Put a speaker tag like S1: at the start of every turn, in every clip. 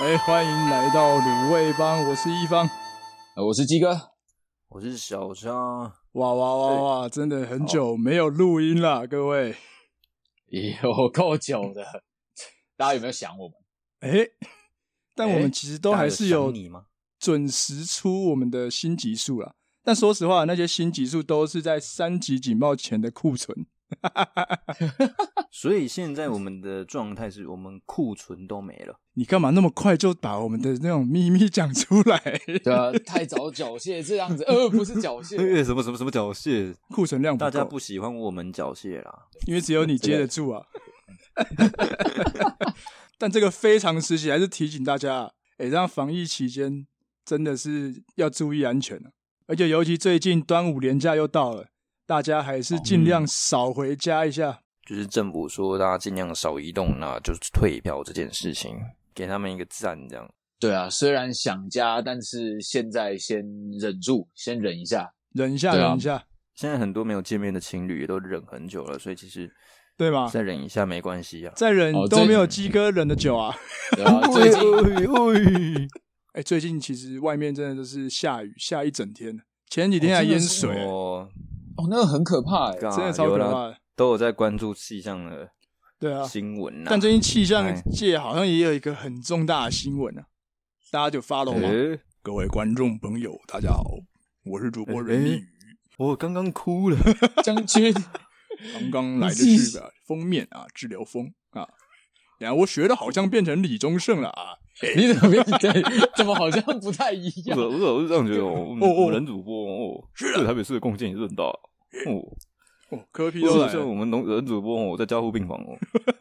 S1: 哎，欢迎来到卤味帮，我是一方。
S2: 呃我是鸡哥，
S3: 我是小张，
S1: 哇哇哇哇，真的很久没有录音了，各位。
S2: 有够久的，大家有没有想我们？
S1: 哎，但我们
S3: 哎
S1: 其实都
S3: 大家
S1: 还
S3: 有
S1: 是哦有
S3: 想你吗？
S1: 准时出我们的新集数啦。但说实话，那些新集数都是在三级警报前的库存。
S3: 所以现在我们的状态是我们库存都没了，
S1: 你干嘛那么快就把我们的那种秘密讲出来？
S2: 对啊，太早缴械这样子，呃，不是缴械，
S3: 哎什么什么什么缴械，
S1: 库存量不
S3: 大
S1: 够，
S3: 家不喜欢我们缴械啦。
S1: 因为只有你接得住啊。 但这个非常时期还是提醒大家啊，哎、这样防疫期间真的是要注意安全啊。而且尤其最近端午连假又到了，大家还
S2: 哦
S1: 是尽
S2: 嗯
S1: 量少回家一下。
S3: 就是政府说大家尽量少移动，那就是退票这件事情，给他们一个赞，这样
S2: 对啊，虽然想家，但是现在先忍住，先忍一下，
S1: 忍一下，
S2: 对啊
S1: 忍一下，
S3: 现在很多没有见面的情侣也都忍很久了，所以其实
S1: 对吧？
S3: 再忍一下没关系啊。
S1: 再忍
S2: 哦
S1: 都
S2: 这
S1: 没有鸡哥忍的久啊！
S2: 对 啊，最近
S1: 哎、最近其实外面真的都是下雨，下一整天。前几天还淹水、
S3: 哦，
S2: 哦，那个很可怕哎，
S3: 真
S1: 真的超可怕的。
S3: 都有在关注气象的
S1: 对啊，
S3: 新闻呐、
S1: 但最近气象
S3: 哎
S1: 界好像也有一个很重大的新闻啊，大家就 follow 吗？
S3: 诶
S1: 各位观众朋友，大家好，我是主播任立宇，
S3: 我刚刚哭了。
S2: 将军，
S1: 刚刚来的
S2: 你
S1: 是
S2: 是
S1: 啊封面啊治疗风啊，然后我学的好像变成李宗盛了啊，
S2: 你怎么变对？怎么好像不太一
S3: 我
S2: 样？
S3: 我我是这 样觉得哦，我们
S1: 哦哦
S3: 我们男主播哦，对台北市的贡献也是很大哦。
S1: 哦，科比又
S3: 不
S1: 来
S3: 是像
S1: 了，
S3: 我们农人主播哦，在加护病房 哦，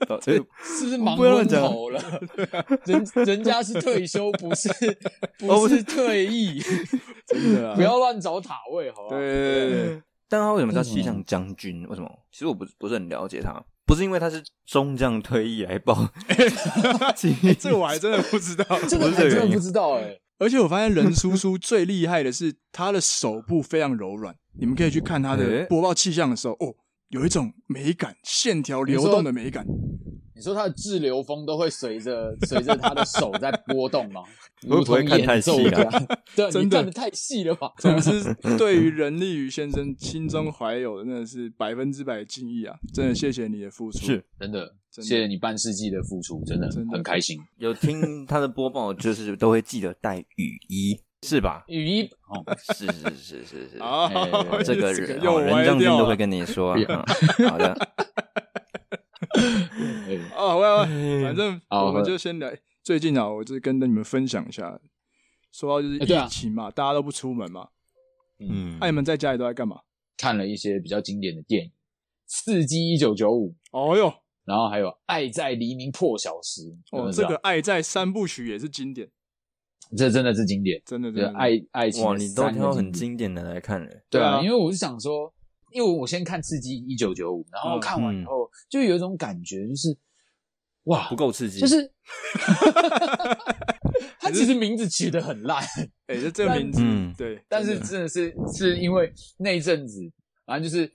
S3: 大哎
S2: 是不是忙
S3: 不要乱
S2: 昏
S3: 讲
S2: 头了？人人家是退休，不 是
S3: 哦
S2: 不
S3: 不
S2: 是
S3: 是
S2: 退役，
S1: 真的啊
S2: 不要乱找塔位，好不好？
S1: 对对对对，
S3: 但他为什么叫气象将军？为什么？其实我不不是很了解他，不是因为他是中将退役来 报，
S1: 哎 这个我还真的不知道，
S2: 这个
S3: 不是这
S2: 还真
S3: 个原
S2: 的
S3: 因
S2: 不知道哎。
S1: 而且我发现任叔叔最厉害的是他的手部非常柔软，你们可以去看他的
S3: 诶
S1: 播报气象的时候，哦，有一种美感，线条流
S2: 你说
S1: 动的美感。
S2: 你说他的滞留风都会随着随着他的手在波动 吗？
S3: 会
S2: 如
S3: 不会
S2: 同
S3: 看
S2: 演
S3: 太
S2: 奏
S3: 细啊
S2: 一
S3: 了
S2: 样， 对，
S1: 真
S2: 你
S1: 的
S2: 看的太细了吧？
S1: 总之，对于任立宇先生心中怀有的真的是百分之百敬意啊！真的谢谢你的付出，
S3: 是
S2: 真的，
S1: 真的
S2: 谢谢你半世纪的付出，真的
S1: 真的
S2: 很开心。
S3: 有听他的播报，就是都会记得带雨衣， 是吧？
S2: 雨衣哦，
S3: 是是是是是。
S1: 啊
S2: 哎哎，
S3: 这个
S1: 这
S3: 人
S1: 又
S3: 哦
S1: 歪
S3: 人将军
S1: 掉
S3: 都
S1: 了
S3: 会跟你 说，
S2: 呀
S3: 嗯好的。
S1: 啊！
S2: 哎
S1: 喂
S3: 嗯
S1: 喂，反正
S2: 好
S1: 我们就先来。最近啊，我就是跟你们分享一下，说到就是
S2: 哎对啊
S1: 疫情嘛，大家都不出门嘛，
S3: 嗯
S1: 那、你们在家里都在干嘛？
S2: 看了一些比较经典的电影，《刺激一九九五》，
S1: 哦哟，
S2: 然后还有《爱在黎明破晓时》。
S1: 哦，
S2: 你们
S1: 这
S2: 知道
S1: 个《爱在三部曲》也是经典，
S2: 啊这真的是经典，
S1: 真的
S2: 就
S1: 真
S2: 是
S1: 的。
S2: 爱爱情的
S3: 哇，你都
S2: 三个
S3: 挑很
S2: 经典
S3: 经典的来看了。
S2: 对
S1: 对
S2: 啊，
S1: 啊
S2: 因为我是想说，因为我先看《刺激一九九五》，然
S1: 嗯
S2: 后看完以后，就有一种感觉，就是哇
S3: 不，够刺激，
S2: 就是 他其实名字取得很烂，
S1: 哎、这这个名字，
S3: 嗯
S1: 对，
S2: 但是
S1: 真的
S2: 真的是是因为那一阵子，反正就是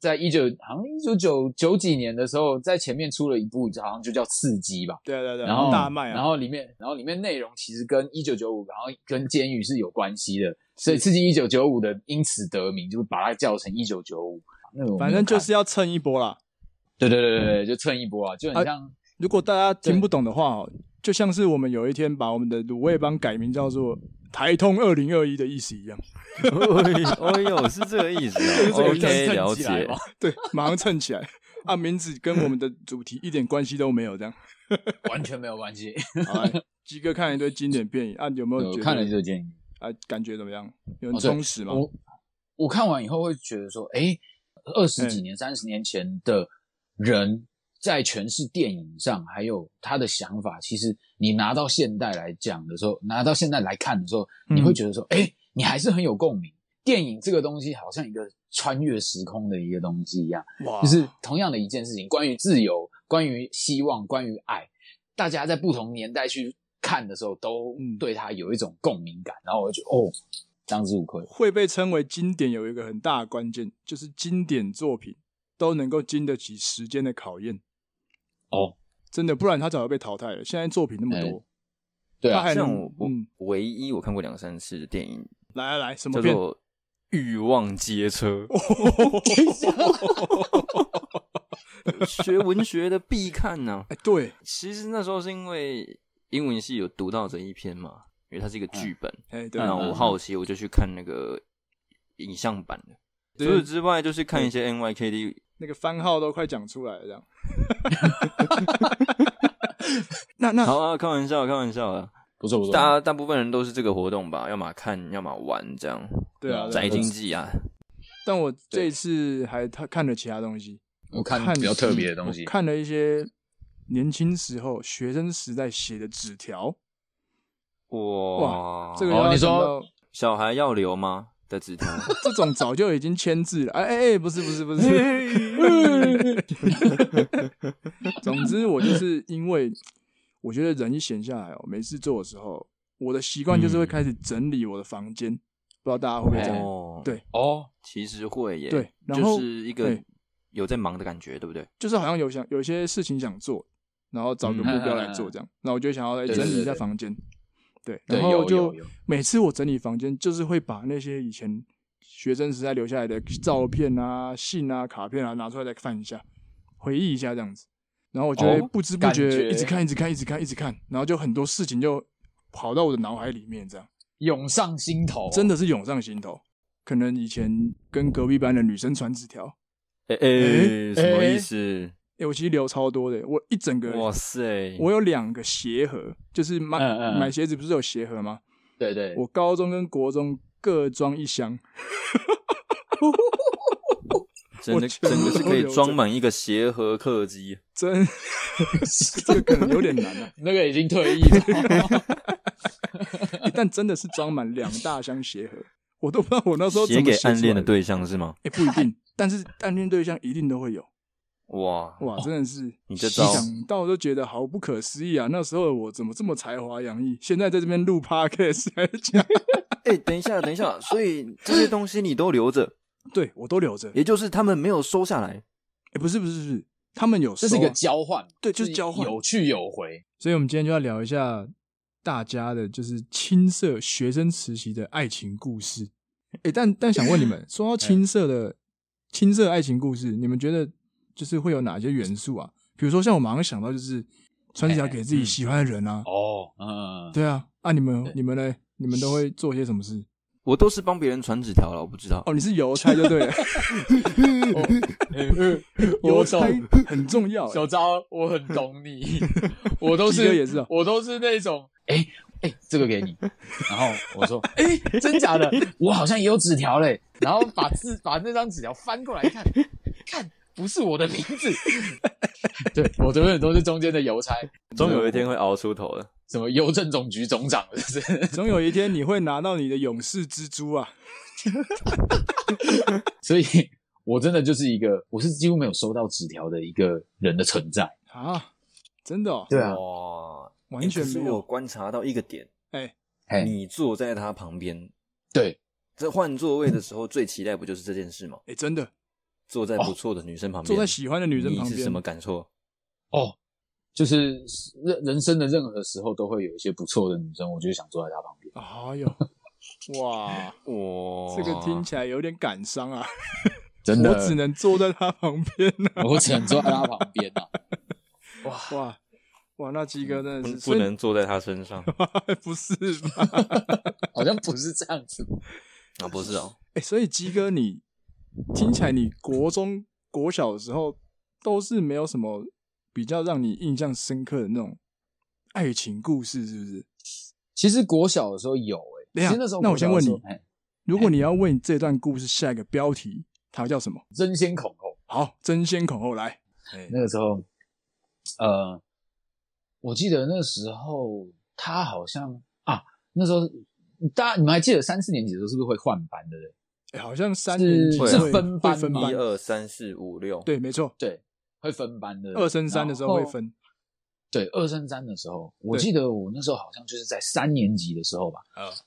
S2: 在一九好像一九九九几年的时候，在前面出了一部，好像就叫《刺激》吧。
S1: 对啊对啊对啊，
S2: 然后
S1: 大卖
S2: 然
S1: 啊，
S2: 后里面，然后里面内容其实跟一九九五，然后跟监狱是有关系的，所以刺激一九九五的因此得名，就把它叫成一九九五。那个我没有
S1: 反正就
S2: 看
S1: 是要蹭一波啦。
S2: 对对对对对，就蹭一波啊，就很像、
S1: 如果大家听不懂的话哦，就像是我们有一天把我们的卤味帮改名叫做台通二零二一的意思一样，
S3: 哎呦，是这个意思
S2: 就是这
S3: 啊。
S2: 个意思
S3: OK，了
S2: 蹭起来
S3: 解
S2: 嘛。
S1: 对，马上蹭起来。啊，名字跟我们的主题一点关系都没有，这样。
S2: 完全没有关系。
S1: 好来，鸡哥看了一堆经典电影，啊，有没有
S2: 我
S1: 觉得
S2: 看了这个建议，
S1: 啊，感觉怎么样？有
S2: 哦
S1: 很
S2: 对
S1: 充实吗？
S2: 我我看完以后会觉得说，哎，二十
S1: 嗯
S2: 几年、三十年前的人在诠释电影上，还有他的想法，其实你拿到现代来讲的时候，拿到现代来看的时候，
S1: 嗯
S2: 你会觉得说，哎、你还是很有共鸣。电影这个东西好像一个穿越时空的一个东西一样，
S1: 哇，
S2: 就是同样的一件事情，关于自由、关于希望、关于爱，大家在不同年代去看的时候，都
S1: 嗯
S2: 对它有一种共鸣感，然后我就觉得哦，当之无愧。
S1: 会被称为经典，有一个很大的关键，就是经典作品都能够经得起时间的考验。
S2: 哦，
S1: 真的，不然它早就被淘汰了。现在作品那么多，
S2: 对
S1: 他
S2: 啊，
S1: 还
S3: 像
S1: 能
S3: 我我
S1: 嗯，
S3: 唯一我看过两三次的电影
S2: 哎
S1: 来来来，什么
S3: 叫
S1: 片？
S3: 做《欲望街车》， 学文学的必看呢、
S1: 哎，对，
S3: 其实那时候是因为英文系有读到这一篇嘛，因为它是一
S2: 嗯
S3: 个剧本，
S1: 哎对
S3: 那、，我好奇，我就去看那个影像版的。除此之外，就是看一些 NYKD
S1: 那个番号都快讲出来了， 这样。那那
S3: 好啊，开玩笑，开玩笑啊！
S2: 不错不错，
S3: 大家大部分人都是这个活动吧，要么看，要么玩，这样
S1: 对啊，对啊
S3: 宅经济啊。
S1: 但我这一次还他看了其他东西，
S2: 我看比较特别的东西
S1: 我，看了一些年轻时候学生时代写的纸条，
S3: 哇，
S1: 这个
S2: 哦
S1: 要
S2: 你
S1: 讲
S2: 说
S1: 到
S3: 小孩要留吗？的 纸条，
S1: 这种早就已经签字了，哎哎哎，不是不是不是，
S3: 嘿
S1: 总之我就是因为我觉得人一闲下来哦，没事做的时候，我的习惯
S2: 嗯
S1: 就是会开始整理我的房间，不知道大家会不会这样？
S3: 哦，
S1: 哎对
S2: 哦，
S3: 其实会耶，
S1: 对然后
S3: 就是一个
S1: 对
S3: 有在忙的感觉，对不对？
S1: 就是好像有想有些事情想做，然后找个
S2: 嗯
S1: 目标来做这样，那我就想要来
S2: 对
S1: 整理一
S2: 对
S1: 下
S2: 对
S1: 房间，对，
S2: 对
S1: 然后
S2: 有有
S1: 就
S2: 有
S1: 每次我整理房间，就是会把那些以前学生时代留下来的照片啊、信啊、卡片啊拿出来再翻一下，回忆一下这样子，然后我就会
S2: 哦
S1: 不知不
S2: 感
S1: 觉
S2: 觉
S1: 一直看、一直看、一直看、一直看，然后就很多事情就跑到我的脑海里面这样。
S2: 涌上心头，
S1: 真的是涌上心头。可能以前跟隔壁班的女生传纸条，
S3: 哎
S1: 哎
S3: 哎，什么
S2: 哎
S3: 意思？
S1: 哎、我其实留超多的，我一整个，
S3: 哇塞，
S1: 我有两个鞋盒，就是买、
S2: 嗯嗯嗯
S1: 买鞋子不是有鞋盒吗？
S2: 对对，
S1: 我高中跟国中各装一箱，
S3: 真
S1: 我
S3: 的
S1: 全
S3: 真
S1: 部
S3: 的是可以
S1: 都留着
S3: 装满一个鞋盒客机，
S1: 真这个可能有点难 啊，
S2: 那个已经退 役了，
S1: 但真的是装满两大箱鞋盒，我都不知道我那时候
S3: 写
S1: 怎么
S3: 给
S1: 写出来
S3: 暗恋的，对象是吗？
S1: 哎、不一定，但是暗恋对象一定都会有，
S3: 哇，
S2: 哦
S1: 哇，真的是
S3: 你这
S1: 一
S3: 招
S1: 想到都觉得好不可思议啊！那时候的我怎么这么才华洋溢？现在在这边录 podcast 还 讲，
S3: 哎，等一下，等一下，所以这些东西你都留着，
S1: 对我都留着。哎、
S3: 也就是他们没有收下来。
S1: 不是不是不是，他们有收啊、
S2: 这是一个交换，
S1: 对就是交换
S2: 有去有回，
S1: 所以我们今天就要聊一下大家的，就是青涩学生时期的爱情故事。哎、但但想问你们， 说到青涩的青涩爱情故事，你们觉得就是会有哪些元素啊？比如说像我马上想到就是传纸条给自己
S3: 嗯
S1: 喜欢的人啊，
S2: 哦， 嗯，
S1: 对啊，啊你们
S2: 对
S1: 你们呢？你们都会做些什么事？
S3: 我都是帮别人传纸条了，我不知道。
S1: 哦，你是邮差 就对了，
S2: 我
S1: 邮差
S2: 懂，
S1: 很重要欸。
S2: 小昭，我很懂 你，我都
S1: 鸡哥
S2: 是
S1: 也是哦
S2: 我都是那种，哎、哎、这个 给你，然后我说，哎、真假的，我好像也有纸条嘞，然后把字 把那张纸条翻过来看，看不是我的名 字，对我永远都是中间的邮差，
S3: 总有一天会熬出头的。
S2: 什么邮政总局总长，是 不是
S1: 总有一天你会拿到你的勇士蜘蛛啊！
S2: 所以我真的就是一个，我是几乎没有收到纸条的一个人的存在，
S1: 啊，真的哦，
S2: 对
S3: 啊哇，
S1: 完全
S3: 欸可是
S1: 没
S3: 我
S1: 有。
S3: 观察到一个点，
S2: 哎、
S3: 你坐在他旁边，
S2: 对，
S3: 这换座位的时候最期待不就是这件事吗？
S1: 哎，真的，
S3: 坐在不错的女生旁边，
S1: 坐在喜欢的女生旁
S3: 你是什么
S1: 边，
S3: 感受？
S2: 哦，就是人人生的任何时候都会有一些不错的女生，我就想坐在她旁边。
S1: 哎 呦，哇，
S3: 哇，
S1: 这个听起来有点感伤啊！
S2: 真
S1: 我
S2: 的，
S1: 只能坐在他旁边了。
S2: 我只能坐在她旁边啊。
S1: 哇哇，那鸡哥真的
S3: 不
S1: 是
S3: 不，能坐在他 身上
S1: 所以不是吧？
S2: 好像不是这样子。
S3: 啊，不是哦，
S1: 哎，所以鸡哥你听起来你国中国小的时候都是没有什么比较让你印象深刻的那种爱情故事，是不是？
S2: 其实国小的时候有诶、
S1: 等一下
S2: 其实那时候
S1: 那我先问你
S2: 国小的时候，哎
S1: 如果你要问这段故事下一个标题，它叫什么？
S2: 争先恐后。
S1: 好，争先恐后来。哎
S2: 那个时候，呃，我记得那时候他好像啊，那时候大家你们还记得三四年级的时候是不是会换班的人？
S1: 哎好像三
S2: 是
S1: 年级
S3: 啊是
S1: 会
S2: 分班
S1: 会分
S2: 吗
S1: 班
S3: 一，二三四五六，，
S1: 对，没错，
S2: 对，会分班的。
S1: 二升三的时候会。分。
S2: 对，二升三的时候，我
S1: 对啊
S2: 记得我那时候好像就是在三年级的时候吧。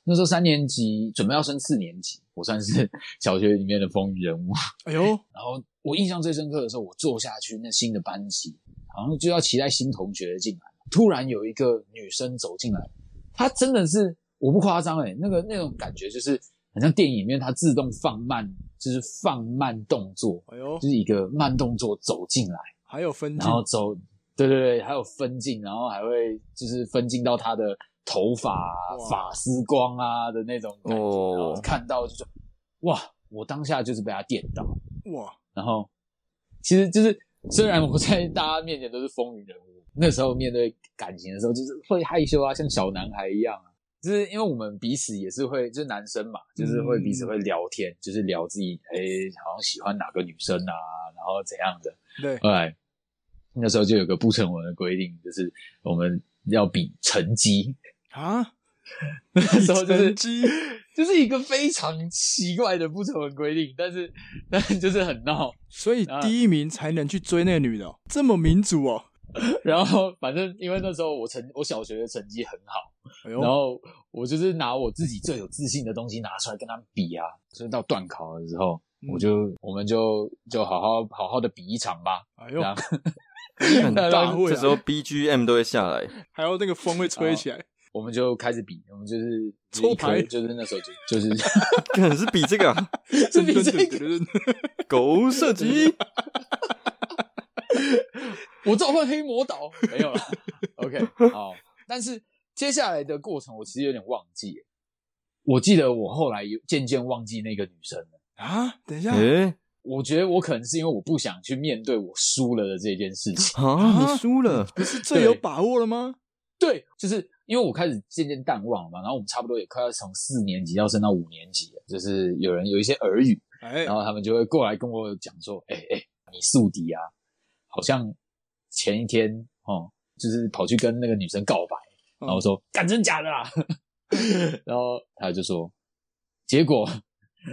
S2: 那时候三年级准备要升四年级，我算是 小学里面的风云人物。
S1: 哎呦，
S2: 然后我印象最深刻的时候，我坐下去那新的班级，好像就要期待新同学的进来，突然有一个女生走进来，它真的是我不夸张哎、那个那种感觉就是很像电影里面它自动放慢，就是放慢动作，
S1: 哎呦
S2: 就，是一个慢动作走进来，
S1: 还有分镜
S2: 然，后走，对对对，还有分镜，然后还会就是分镜到他的头发啊、
S1: 哇
S2: 发丝光啊的那种感觉，
S3: 哦
S2: 然后看到就说哇，我当下就是被他电到，
S1: 哇，
S2: 然后其实就是虽然我在大家面前都是风云人物，那时候面对感情的时候就是会害羞啊，像小男孩一样啊。就是因为我们彼此也是会，就是男生嘛，就是会彼此会聊天，就是聊自己，哎、好像喜欢哪个女生啊，然后怎样的。
S1: 对，
S2: 后来那时候就有个不成文的规定，就是我们要比成绩，
S1: 啊，
S2: 那时候就
S1: 成
S2: 是
S1: 绩
S2: 就是一个非常奇怪的不成文规定，但是但就是很闹。
S1: 所以
S2: 啊
S1: 第一名才能去追那个女的哦、这么民主哦。
S2: 然后反正因为那时候我成我小学的成绩很好，
S1: 哎
S2: 然
S1: 呦，
S2: 后我就是拿我自己最有自信的东西拿出来跟他们比啊，所以到段考的时候。
S1: 嗯
S2: 我就我们就就好好好好的比一场吧，
S1: 哎呦，
S2: 然后
S3: 很
S1: 大会
S3: 这时候
S1: 啊，
S3: BGM 都会下来，
S1: 还有那个风会吹起来，
S2: 我们就开始比，我们就是
S1: 抽牌
S2: 就是那时候就就是
S3: 可能是比这个、啊、
S2: 是比这个
S1: 个
S3: 狗 射击，
S2: 我召唤黑魔岛，没有了。OK，好， 但是接下来的过程我其实有点忘记了，我记得我后来有渐渐忘记那个女生了。
S1: 啊！等一下，
S3: 诶、
S2: 我觉得我可能是因为我不想去面对我输了的这件事情，
S3: 啊，你输 了，
S1: 不是最有把握了吗？
S2: 对，就是因为我开始渐渐淡忘了嘛，然后我们差不多也快要从四年级要升到五年级了，就是有人有一些耳语，
S1: 哎
S2: 然，后他们就会过来跟我讲说：“哎、哎、你宿敌啊，好像前一天哦，就是跑去跟那个女生告白。”
S1: 嗯
S2: 然后我说：“干真假的啦？” 然后他就说：“结果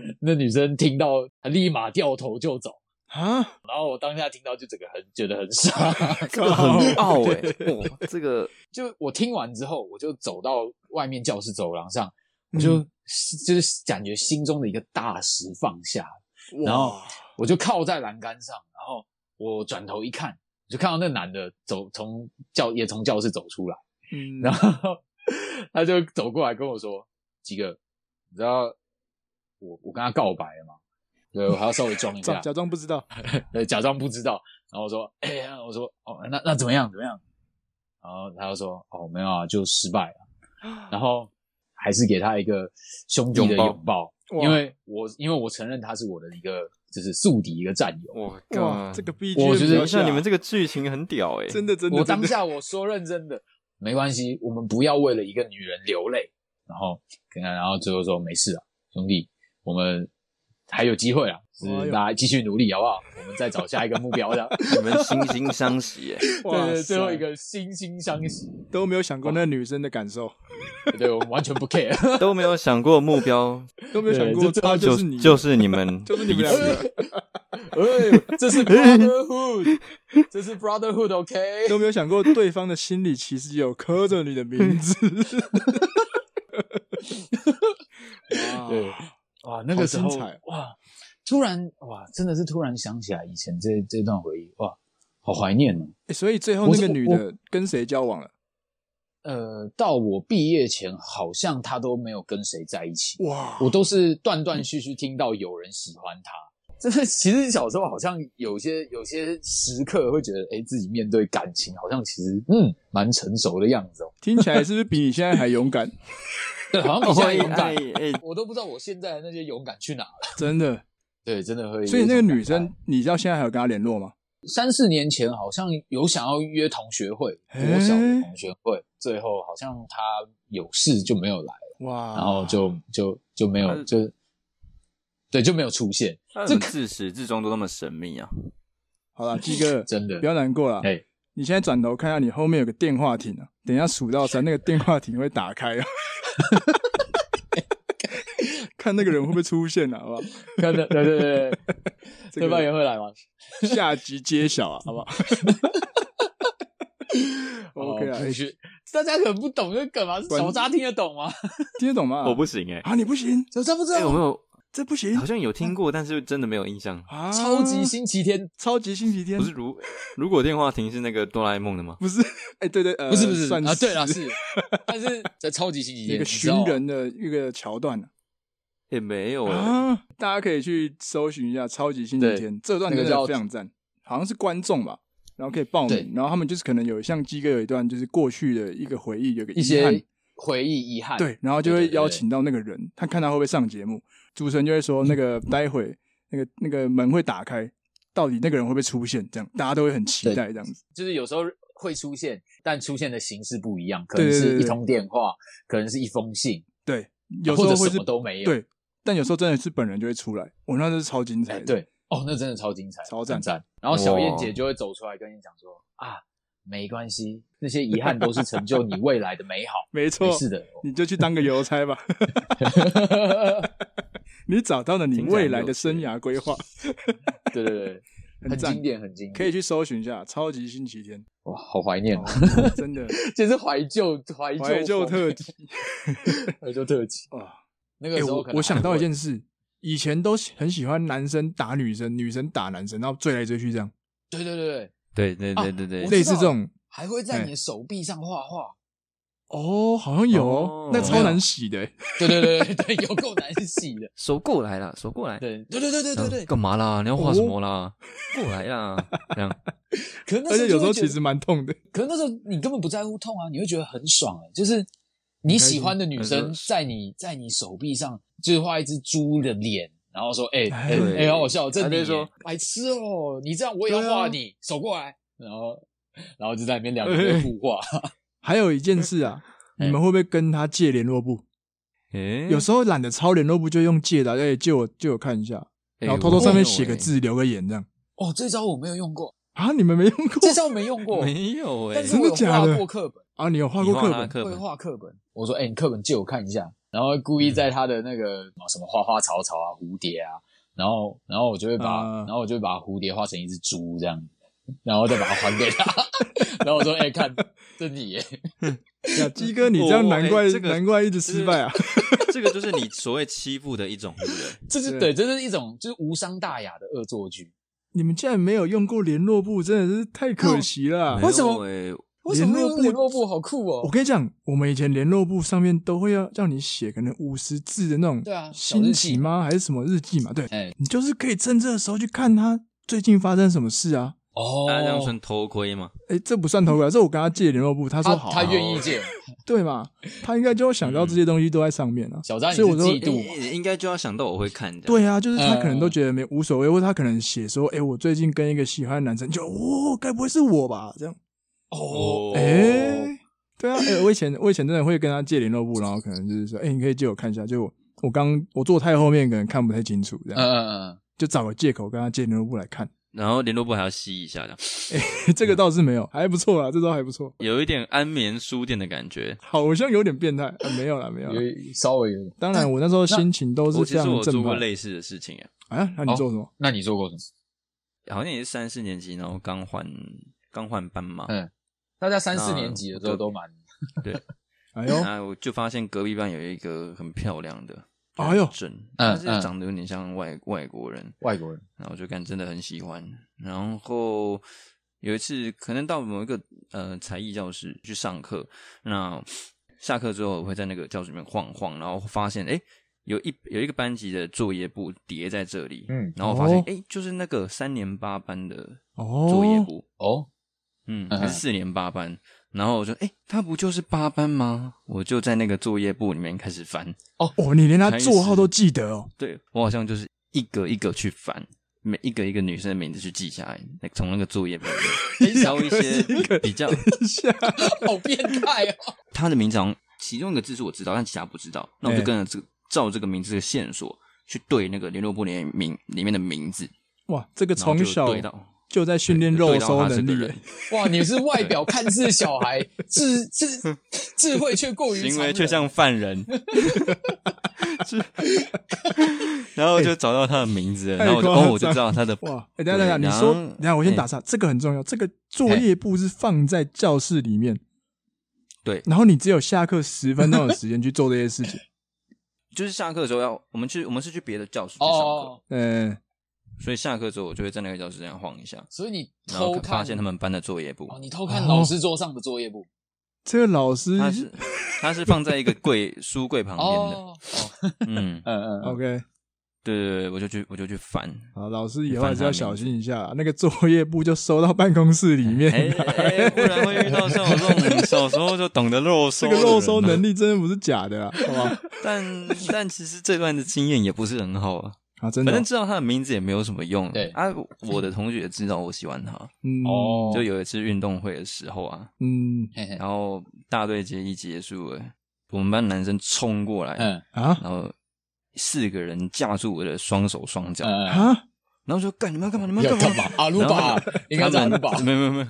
S2: 那女生听到，她立马掉头就走。
S1: 啊，”
S2: 然后我当下听到就整个很觉得很 傻，
S1: 这
S3: 这个很傲哎、哇，这个
S2: 就我听完之后，我就走到外面教室走廊上，我就、就是感觉心中的一个大石放下，然后
S1: 哇，
S2: 我就靠在栏杆上，然后我转头一看，我就看到那男的走从教也从教室走出来，
S1: 嗯，
S2: 然后 他就走过来跟我说：“吉哥，你知道我我跟他告白了吗？”对，我还要稍微装一
S1: 假
S2: 下，
S1: 假装不知道，
S2: 对，呃假装不知道。然后我说：“哎、呀，我说哦，那那怎么样？怎么样？”然后他就说：“哦，没有啊，就失败了。”然后还是给他一个兄弟的
S3: 拥抱
S2: 拥抱，
S1: 哇
S2: 因为我因为我承认他是我的一个就是宿敌一个战友。
S3: 我
S1: 哇，
S3: 靠，
S1: 这个 B G
S2: 嗯我觉得
S3: 等一下你们这个剧情很屌哎、
S1: 啊真的真的，
S2: 我当
S1: 真的
S2: 下我说认真的，没关系，我们不要为了一个女人流泪。然后跟他，然后最后说没事啊，兄弟，我们还有机会啊，就
S1: 哎
S2: 是
S1: 呦
S2: 大家继续努力好不好？我们再找下一个目标的。
S3: 你们惺惺相惜哎、
S1: 哇
S2: 对对，最后
S1: 塞
S2: 一个惺惺相惜。
S1: 都没有想过那女生的感受，
S2: 对，我们完全不 care。
S3: 都没有想过目标
S1: 都没有想
S2: 对
S1: 过
S2: 这
S1: 她
S3: 就是
S1: 啊你，
S3: 就是你 们
S1: 就是你们
S3: 彼
S1: 两
S3: 此
S1: 个
S2: 哎， 这是 brotherhood，这是 brotherhood，OK？、
S1: 都没有想过对方的心里其实有刻着你的
S2: 嗯
S1: 名字。哇
S2: 对，哇，那个时候
S1: 好精彩
S2: 哇，突然哇，真的是突然想起来以前这这段回忆，哇，好怀念哦。
S1: 欸所以最后
S2: 我
S1: 那
S2: 是
S1: 个女
S2: 我
S1: 的跟谁交往了？
S2: 呃，到我毕业前，好像他都没有跟谁在一起，
S1: 哇
S2: 我都是断断续续听到有人喜欢他。真的，其实小时候好像有些有些时刻会觉得，哎、自己面对感情好像其实嗯蛮成熟的样子哦，
S1: 听起来是不是比你现在还勇敢？
S2: 对，好像比现在勇
S3: 哎
S2: 敢。
S3: 哎
S2: 我都不知道我现在的那些勇敢去哪了。
S1: 真的。
S2: 对，真的会。
S1: 所以那个女
S2: 啊
S1: 生，你到现在还有跟她联络吗？
S2: 三四年前好像有想要约同学会，
S1: 嘿
S2: 国小的同学会，最后好像她有事就没有来，
S1: 哇，
S2: 然后就就就没有
S3: 她
S2: 就对就没有出现，
S3: 他怎么哎自始至终都那么神秘啊？
S1: 好了，鸡哥，
S2: 真的
S1: 不。要难过了。
S2: 哎，
S1: 你现在转头看一下，你后面有个电话亭啊，等一下数到三，那个电话亭会打开啊。 看那个人会不会出现啊，好不好？
S2: 对对对对对，
S1: 这
S2: 对方
S1: 个
S2: 也会来 吗
S1: 下集揭晓啊，好 不好？OK 啊，
S2: 哦不
S1: 欸
S2: 是大家可能不懂这个梗吗？啊
S1: 关
S2: 小渣听得懂吗？
S1: 听得懂吗？
S3: 我不行哎、
S1: 啊，你不行，
S2: 小渣不知
S3: 哎、
S2: 道
S3: 我没有，
S1: 这不行
S3: 好像有听过，但是真的没有印象。
S1: 啊！
S2: 超级星期天
S1: 超级星期天
S3: 不是如如果电话亭是那个哆啦 A 梦的吗？
S1: 不是，哎，对对，呃
S2: 不是不是
S1: 算
S2: 啊，对了
S1: 是
S2: 是，但是在超级星期
S1: 一
S2: 天，
S1: 个
S2: 你知
S1: 寻
S2: 道啊
S1: 人的一个桥段啊
S3: 也没有哎，
S1: 啊，大家可以去搜寻一下《超级星期
S3: 对
S1: 天》这段
S2: 那
S1: 真
S2: 个
S1: 的
S2: 叫
S1: 非常赞，好像是观众吧，然后可以报
S2: 对
S1: 名，然后他们就是可能有像鸡哥有一段就是过去的一个回忆，有个
S2: 一
S1: 遗憾
S2: 些回忆遗憾，
S1: 对，然后就会邀请到那个人，他看他会不会上节目，主持人就会
S2: 嗯
S1: 说那个待会那个那个门会打开，到底那个人会不会出现？这样大家都会很期待这样子。
S2: 就是有时候会出现，但出现的形式不一样，可
S1: 对
S2: 能
S1: 对对
S2: 是一
S1: 对
S2: 通电话，可能是一封信，
S1: 对，有时
S2: 啊或
S1: 候
S2: 者
S1: 会
S2: 什
S1: 是
S2: 么都没有。
S1: 对，但有时候真的是本人就会出来，我那是超精彩
S2: 哎
S1: 的。
S2: 对，哦，那真的超精彩，
S1: 超赞
S2: 很赞。然后小
S3: 哇
S2: 燕姐就会走出来跟你讲说啊，没关系，那些遗憾都是成就你未来的 美好，
S1: 没错
S2: 没，事的。
S1: 你就去当个邮差 吧， 你找到了你
S3: 听起来
S1: 未
S3: 很
S1: 来
S3: 有
S1: 的生
S3: 趣
S1: 涯规 划，
S2: 对对对，
S1: 很
S2: 很
S1: 赞
S2: 经，典，很经典。
S1: 可以去搜寻一下《超级星期天
S2: 哇，好怀念》啊，
S1: 哦，真 的
S2: 这是怀旧怀
S1: 怀旧
S2: 旧
S1: 特
S2: 风
S1: 辑
S2: 怀旧特辑。
S1: 啊。
S2: 那
S1: 哎、
S2: 个时候
S1: 我
S2: 可能还会，
S1: 我想到一件事，以前都喜很喜欢男生打女生，女生打男生，然后追来追去这样，
S2: 对，对对对，
S3: 对对
S2: 啊
S3: 对对
S2: 我
S3: 对
S2: 知道
S1: 类似这种。
S2: 还会
S1: 哎
S2: 在你的手臂上画画。
S1: 哦，好像有哦，
S3: 哦
S1: 那超难洗的、
S2: 对对对对对，有够难洗的。
S3: 手过来啦，手过来。
S2: 对对对对对对对，
S1: 嗯
S3: 干嘛啦？你要画什么啦？
S1: 哦
S3: 过来啦， 这样。
S2: 可是那
S1: 欸而且有时候
S2: 就会
S1: 其
S2: 觉
S1: 实
S2: 得，
S1: 蛮痛 的。
S2: 可是那时候你根本不在乎痛啊，你会觉得很爽哎、就是你喜欢的女生
S3: 嗯
S2: 在你在你手臂上就是画一只猪的脸，然后说 哎哎
S1: 对
S2: 哎，好好笑，这
S3: 他就
S2: 你
S3: 说
S2: 白痴哦，你这样我也要
S1: 对啊
S2: 画你，手过来，然后然后就在那边两个人互画，
S1: 还有一件事啊，
S2: 哎
S1: 你们会不会跟他借联络簿？
S3: 诶，
S1: 有时候懒得抄联络簿，就用借的啊，哎、借我借我看一下，
S2: 哎
S1: 然后偷偷上面写个
S3: 欸
S1: 字，留个言这样。
S2: 哦，这招我没有用过，
S1: 啊，你们没用过
S2: 这招没用过，
S3: 没有哎
S2: 但，是
S1: 真
S2: 我
S1: 的
S2: 有
S1: 假
S2: 画
S1: 的
S2: 过课本。
S1: 啊？你有画过课
S3: 你画
S1: 本？
S3: 课
S2: 会
S3: 本，
S2: 画课本。我说：“哎、你课本借我看一下。”然后故意在他的那个什么花花草草啊、蝴蝶啊，然后然后我就会把，
S1: 啊
S2: 然后我就会把蝴蝶画成一只猪这样，然后再把它还给他。 然后我说：“哎、看，这你耶，
S1: 呀鸡哥，你这 样
S3: 哦
S1: 难怪、
S3: 哎这个
S1: 难怪一直失败啊！
S3: 这个就是你所谓欺负的一种，
S2: 这
S3: 对不对？
S2: 是
S1: 是
S2: 对，这是一种就是无伤大雅的恶作剧。
S1: 你们竟然没有用过联络簿，真的是太可惜了啊、
S2: 为什么
S3: 没有欸
S2: 为什么
S1: 联
S2: 用
S1: 络簿
S2: 联络簿好酷哦
S1: 我？跟你讲，我们以前联络簿上面都会要叫你写可能五十字的那种
S2: 对啊小
S1: 心
S2: 日
S1: 情
S2: 记
S1: 吗？还是什么日记嘛？对，
S2: 哎
S1: 你就是可以趁这个时候去看他最近发生什么事啊。
S2: 哦，
S3: 那这样算偷窥吗？
S1: 哎，这不算偷窥，这我跟他借联络簿，他说
S2: 他
S1: 好啊、
S2: 嗯他愿嗯意借
S1: 对嘛？他应该就会想到这些东西都在上面啊。
S2: 小张，你
S1: 所
S2: 是
S1: 以我说
S2: 嫉妒嘛？
S3: 诶应该就要想到我会看的。，
S1: 对啊，就是他可能
S2: 嗯
S1: 都觉得没无所谓，或者他可能写说，哎，我最近跟一个喜欢的男生，就哦，该不会是我吧？这样，
S2: 哦，
S1: 哎、对啊，哎、我以前我以前真的会跟他借联络簿，然后可能就是说，哎、你可以借我看一下，就我我刚我坐太后面，可能看不太清楚，这
S2: 嗯
S1: 样、
S2: 嗯嗯
S1: 就找个借口跟他借联络簿来看，
S3: 然后联络部还要吸一下，这样 嗯
S1: 这个倒是没有，还不错啦，啊这招还不错，
S3: 有一点安眠书店的感觉。
S1: 好像有点变态，啊、没有啦，没有
S2: 嗯，
S1: 啦。
S2: 有稍微有点。
S1: 当然，我那时候心情都
S3: 我
S1: 是
S3: 哦其
S1: 非
S3: 实
S1: 常
S3: 我
S1: 正
S3: 做过
S1: 派。
S3: 类似的事情，哎，
S1: 哎，那你做什么？
S2: 那你做过什么？
S3: 好像也是三四年级，然后刚换刚换班嘛，
S2: 嗯大家三四
S3: 那
S2: 年级的时候
S3: 我
S2: 都蛮
S1: 哎呦，
S3: 那我就发现隔壁班有一个很漂亮的，
S1: 哎呦
S3: 很正，
S2: 嗯
S3: 但是长得有点像外外国人，
S2: 外国人。
S3: 然后我就感真的很喜欢。然后有一次可能到某一个呃才艺教室去上课，那下课之后我会在那个教室里面晃晃，然后发现诶有一有一个班级的作业簿叠在这里，
S2: 嗯
S3: 然后我发现
S1: 哦
S3: 诶就是那个三年八班的作业
S1: 哦，
S3: 簿，
S2: 哦，
S3: 嗯，
S2: 嗯
S3: 还是四年八班。然后我就诶，他不就是八班吗？我就在那个作业簿里面开始翻，
S1: 哦，你连他座号都记得哦，
S3: 对我好像就是一个一个去翻，每一个一个女生的名字去记下来，那从那个作业本里面 挑一些比较，
S1: 下
S2: 好变态哦！
S3: 她的名字好像其中一个字是我知道，但其他不知道。那我就
S1: 哎
S3: 跟着这个照这个名字的线索去对那个联络簿里面名里面的名字，
S1: 哇，这个
S3: 然后
S1: 从
S3: 就
S1: 小
S3: 对到
S1: 就在训练
S3: 对
S1: 肉
S3: 到
S1: 搜
S3: 她这
S1: 能
S3: 个
S1: 力耶
S3: 人，，
S2: 哇，你是外表看似小孩，智智智慧却过于常人
S3: 行为却像犯人。 是然后就找到他的名字了，
S1: 太
S3: 然后
S1: 夸张
S3: 我就哦，我就知道他的
S1: 哇！哎、等一下等一下，
S3: 对
S1: 你说，
S3: 然后
S1: 等一下我先打岔，这个很重要。这个作业簿是放在教室里面，
S3: 对
S1: 然后你只有下课十分钟的时间去做这些事情，
S3: 就是下课的时候要我们去，我们是去别的教室去上课，
S2: 哦，
S1: 嗯，
S3: 所以下课之后我就会在那个教室这样晃一下，
S2: 所以你
S3: 然后
S2: 偷看
S3: 发现他们班的作业簿，
S2: 哦，你偷看老师桌上的作业簿
S1: 这个老
S3: 它
S1: 师
S3: 是它是放在一个柜 书柜旁边的，
S2: 哦，嗯
S3: 嗯，
S2: 嗯嗯，
S1: OK，
S3: 对对对，我就去我就去 翻，
S1: 好，老师以后还是要小心一下啦，那个作业簿就收到办公室里面
S3: 哎
S1: 来。
S3: 哎，不然会遇到像我这种小时候就懂得肉 搜
S1: 这
S3: 的
S1: 个
S3: 人啊，
S1: 肉收能力真的不是假 的啦，啊好吧？
S3: 哦但但其实这段的经验也不是很好啊，
S1: 啊，真的
S3: 反
S1: 哦
S3: 正，知道他的名字也没有什么用。
S2: 对
S3: 啊，我的同学也知道我喜欢他。
S1: 嗯，
S2: 哦，
S3: 就有一次运动会的时候啊，
S1: 嗯
S2: 嘿嘿
S3: 然后大队接一结束了，我们班男生冲过来，
S2: 嗯
S1: 啊
S3: 然后四个人架住我的双手双脚，
S2: 嗯，嗯
S1: 啊，
S3: 然后说干你们要干嘛？你们
S2: 要
S3: 要
S2: 干
S3: 干
S2: 嘛
S3: 嘛？？
S2: 阿鲁巴应该是阿
S3: 他
S2: 鲁
S3: 们
S2: 巴
S3: 没有没有没 有，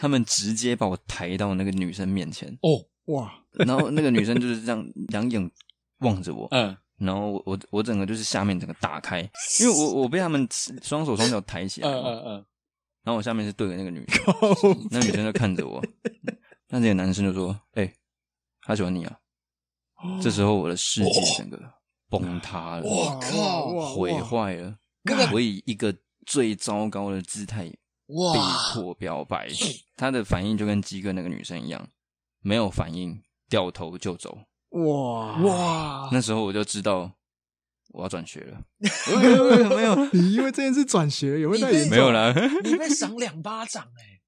S3: 他们直接把我抬到那个女生面前，
S2: 哦，
S1: 哇，
S3: 然后那个女生就是这样两眼望着我，
S2: 嗯，
S3: 然后我我我整个就是下面整个打开，因为我我被他们双手双脚抬起来
S2: 嗯
S3: 嘛，
S2: 嗯嗯，
S3: 然后我下面是对着那个 女生，那女生就看着我，那这个男生就说：“哎、他喜欢你啊。”这时候我的世界整个崩塌了，
S2: 我靠
S1: 哇
S3: 哦毁，坏了。我以一个最糟糕的姿态被
S2: 哇，
S3: 迫表白，他的反应就跟鸡哥那个女生一样，没有反应，掉头就走。
S1: 哇哇！
S2: 哇，
S3: 那时候我就知道我要转学了，没有没有没有
S1: 你因为这件事转学也会太
S2: 你
S1: 严
S3: 没有
S1: 重，
S3: 啦，
S2: 你被赏两巴掌哎，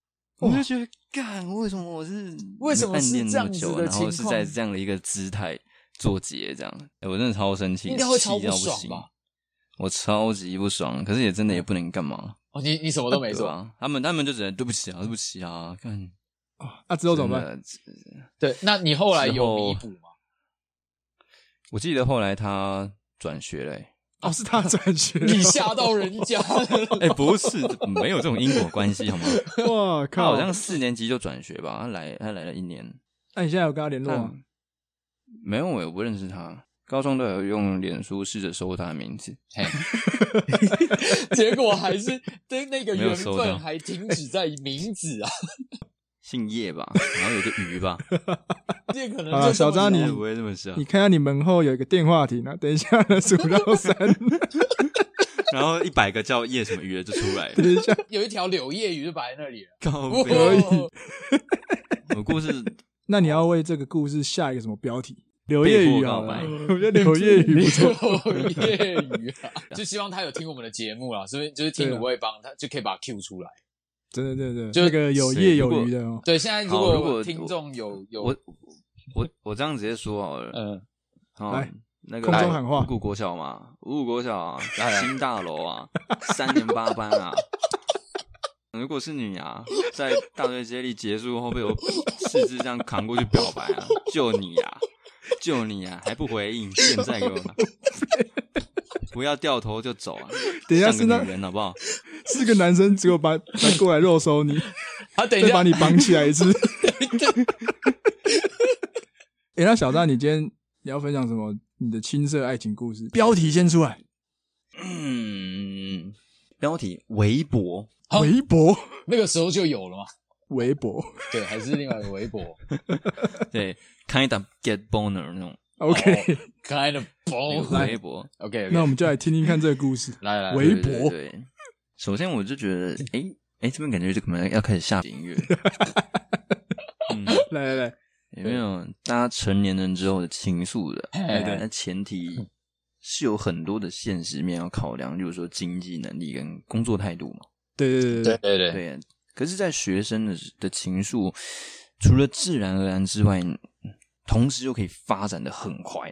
S3: 我就觉得，干，为什么我是
S2: 为什么
S3: 暗
S2: 是
S3: 恋
S2: 这
S3: 那
S2: 样
S3: 么
S2: 子
S3: 久，
S2: 的
S3: 然后
S2: 情
S3: 是
S2: 况
S3: 在这样的一个姿态做结，这样、哎我真的超生气，
S2: 应该会超
S3: 气
S2: 不
S3: 到
S2: 爽
S3: 行
S2: 吧？
S3: 我超级不爽，可是也真的也不能干嘛，
S2: 哦，你你什么都没
S3: 对
S2: 做，
S3: 啊。他们他们就只能对不起啊，对不起啊，看
S1: 那哦啊之后怎么办？
S3: 办？啊
S2: 对，那你后来有弥补
S3: 之
S2: 吗？
S3: 我记得后来他转学嘞、哎
S1: 哦，是他转学，
S2: 你吓到人家 了，
S3: 哎、不是，没有这种因果关系 好吗？
S1: 哇
S3: 他
S1: 靠！
S3: 好像四年级就转学吧，他来他来了一年，
S1: 那你现在有跟他联络吗？
S3: 但没有、哎我不认识他。高中都有用脸书试着搜他的名字，
S2: 嘿结果还是对那个
S3: 没有
S2: 缘
S3: 收到
S2: 分还停止在名字啊，
S3: 姓 叶吧，然后有个鱼吧，
S2: 这可能
S1: 好啦
S2: 就
S1: 小张
S2: 啊 张
S1: 你
S3: 我不会这么想
S1: 你。看下你门后有一个电话亭啊，等一下呢，数到三，
S3: 然后一百个叫叶什么鱼的就出来 了，
S1: 等一下，
S2: 有一条柳叶鱼就摆在那 里了，
S3: 告
S2: 可
S3: 别。
S1: 以
S3: 我故事
S1: 那你要为这个故事下一个什么标题？柳叶鱼好了
S3: 被迫，嗯
S1: 我觉得柳叶鱼不 错。
S2: 柳叶鱼啊，就希望他有听我们的节目啦，所以就是听
S1: 对啊
S2: 卤味帮他就可以把它 Q 出来。
S1: 真的，真的，
S2: 就
S1: 这个有
S3: 谁
S1: 业
S3: 如
S1: 有
S3: 果
S1: 余的哦。
S2: 对，现在如
S3: 好，如
S2: 果
S3: 果
S2: 听众有有
S3: 我呃我我这样直接说好了，
S2: 嗯
S3: 好
S1: 来
S3: 那个
S1: 空中喊话
S3: 五谷国小嘛，五谷国小 啊，新大楼啊，三年八班啊。如果是你啊，在大学接力结束后被我四肢这样扛过去表白 啊，就你啊，就你啊，还不回应，现在给我 拿，不要掉头就走啊！
S1: 等一下是
S3: 像
S1: 那
S3: 个女人好不好？
S1: 四个男生只有把把过来肉收你，
S2: 啊，等一
S1: 再把
S2: 下，
S1: 你绑起来一次。 哎，那小张，你今天你要分享什么？你的青涩爱情故事？标题先出来，
S3: 嗯，标题微博，
S2: 好
S1: 微博，
S2: 那个时候就有了嘛？
S1: 微博。
S2: 对，还是另外一个微博
S3: 对，kind of get boner 那种
S1: OK，
S2: ，kind of
S3: 那
S1: 哦
S2: bone
S3: 个微博，
S2: OK，
S1: 那我们就来听听看这个故事。
S2: 来来来，
S1: 微
S3: 对对
S1: 博
S3: 对对首先我就觉得，哎、哎、这边感觉就可能要开始下音乐，嗯，
S1: 来来来，
S3: 有没有大家成年人之后的情愫的？
S2: 嘿
S3: 对，那前提是有很多的现实面要考量，就是说经济能力跟工作态度嘛。
S1: 对对对
S2: 对
S1: 对，
S2: 对对，
S3: 对，可是，在学生的的情愫，除了自然而然之外，同时又可以发展的很快。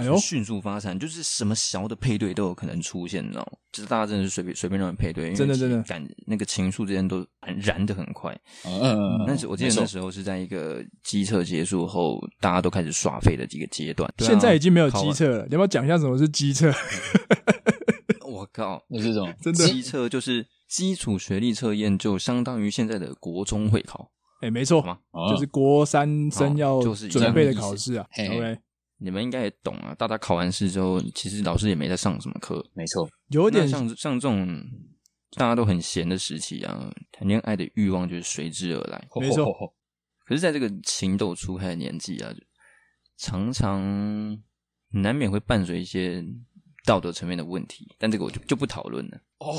S1: 哎呦，
S3: 迅速发展，就是什么小的配对都有可能出现，你知道吗？就是大家真的是随便随便乱配对，因为
S1: 真的真的
S3: 感那个情愫之间都很燃的很快。
S2: 嗯嗯
S3: 但是我记得那时候是在一个机测结束后，大家都开始耍废的一个阶段。对啊
S1: 现在已经没有
S3: 考
S1: 机
S3: 完
S1: 测了，你要不要讲一下什么是机测？
S3: 我靠，
S2: 那是什么？
S1: 真的，
S3: 机测就是基础学历测验，就相当于现在的国中会考。
S1: 哎，没错
S3: 好，吗？
S1: 就是国三生要
S3: 哦就是一样
S1: 准备的考试啊。
S2: 意思嘿嘿
S1: OK，
S3: 你们应该也懂啊，大家考完试之后，其实老师也没在上什么课，
S2: 没错，
S1: 有点
S3: 那像像这种大家都很闲的时期啊，谈恋爱的欲望就是随之而来。
S1: 没错
S2: 吼吼吼
S3: 可是，在这个情窦初开的年纪啊，就常常难免会伴随一些道德层面的问题，但这个我就就不讨论了。
S2: 哦，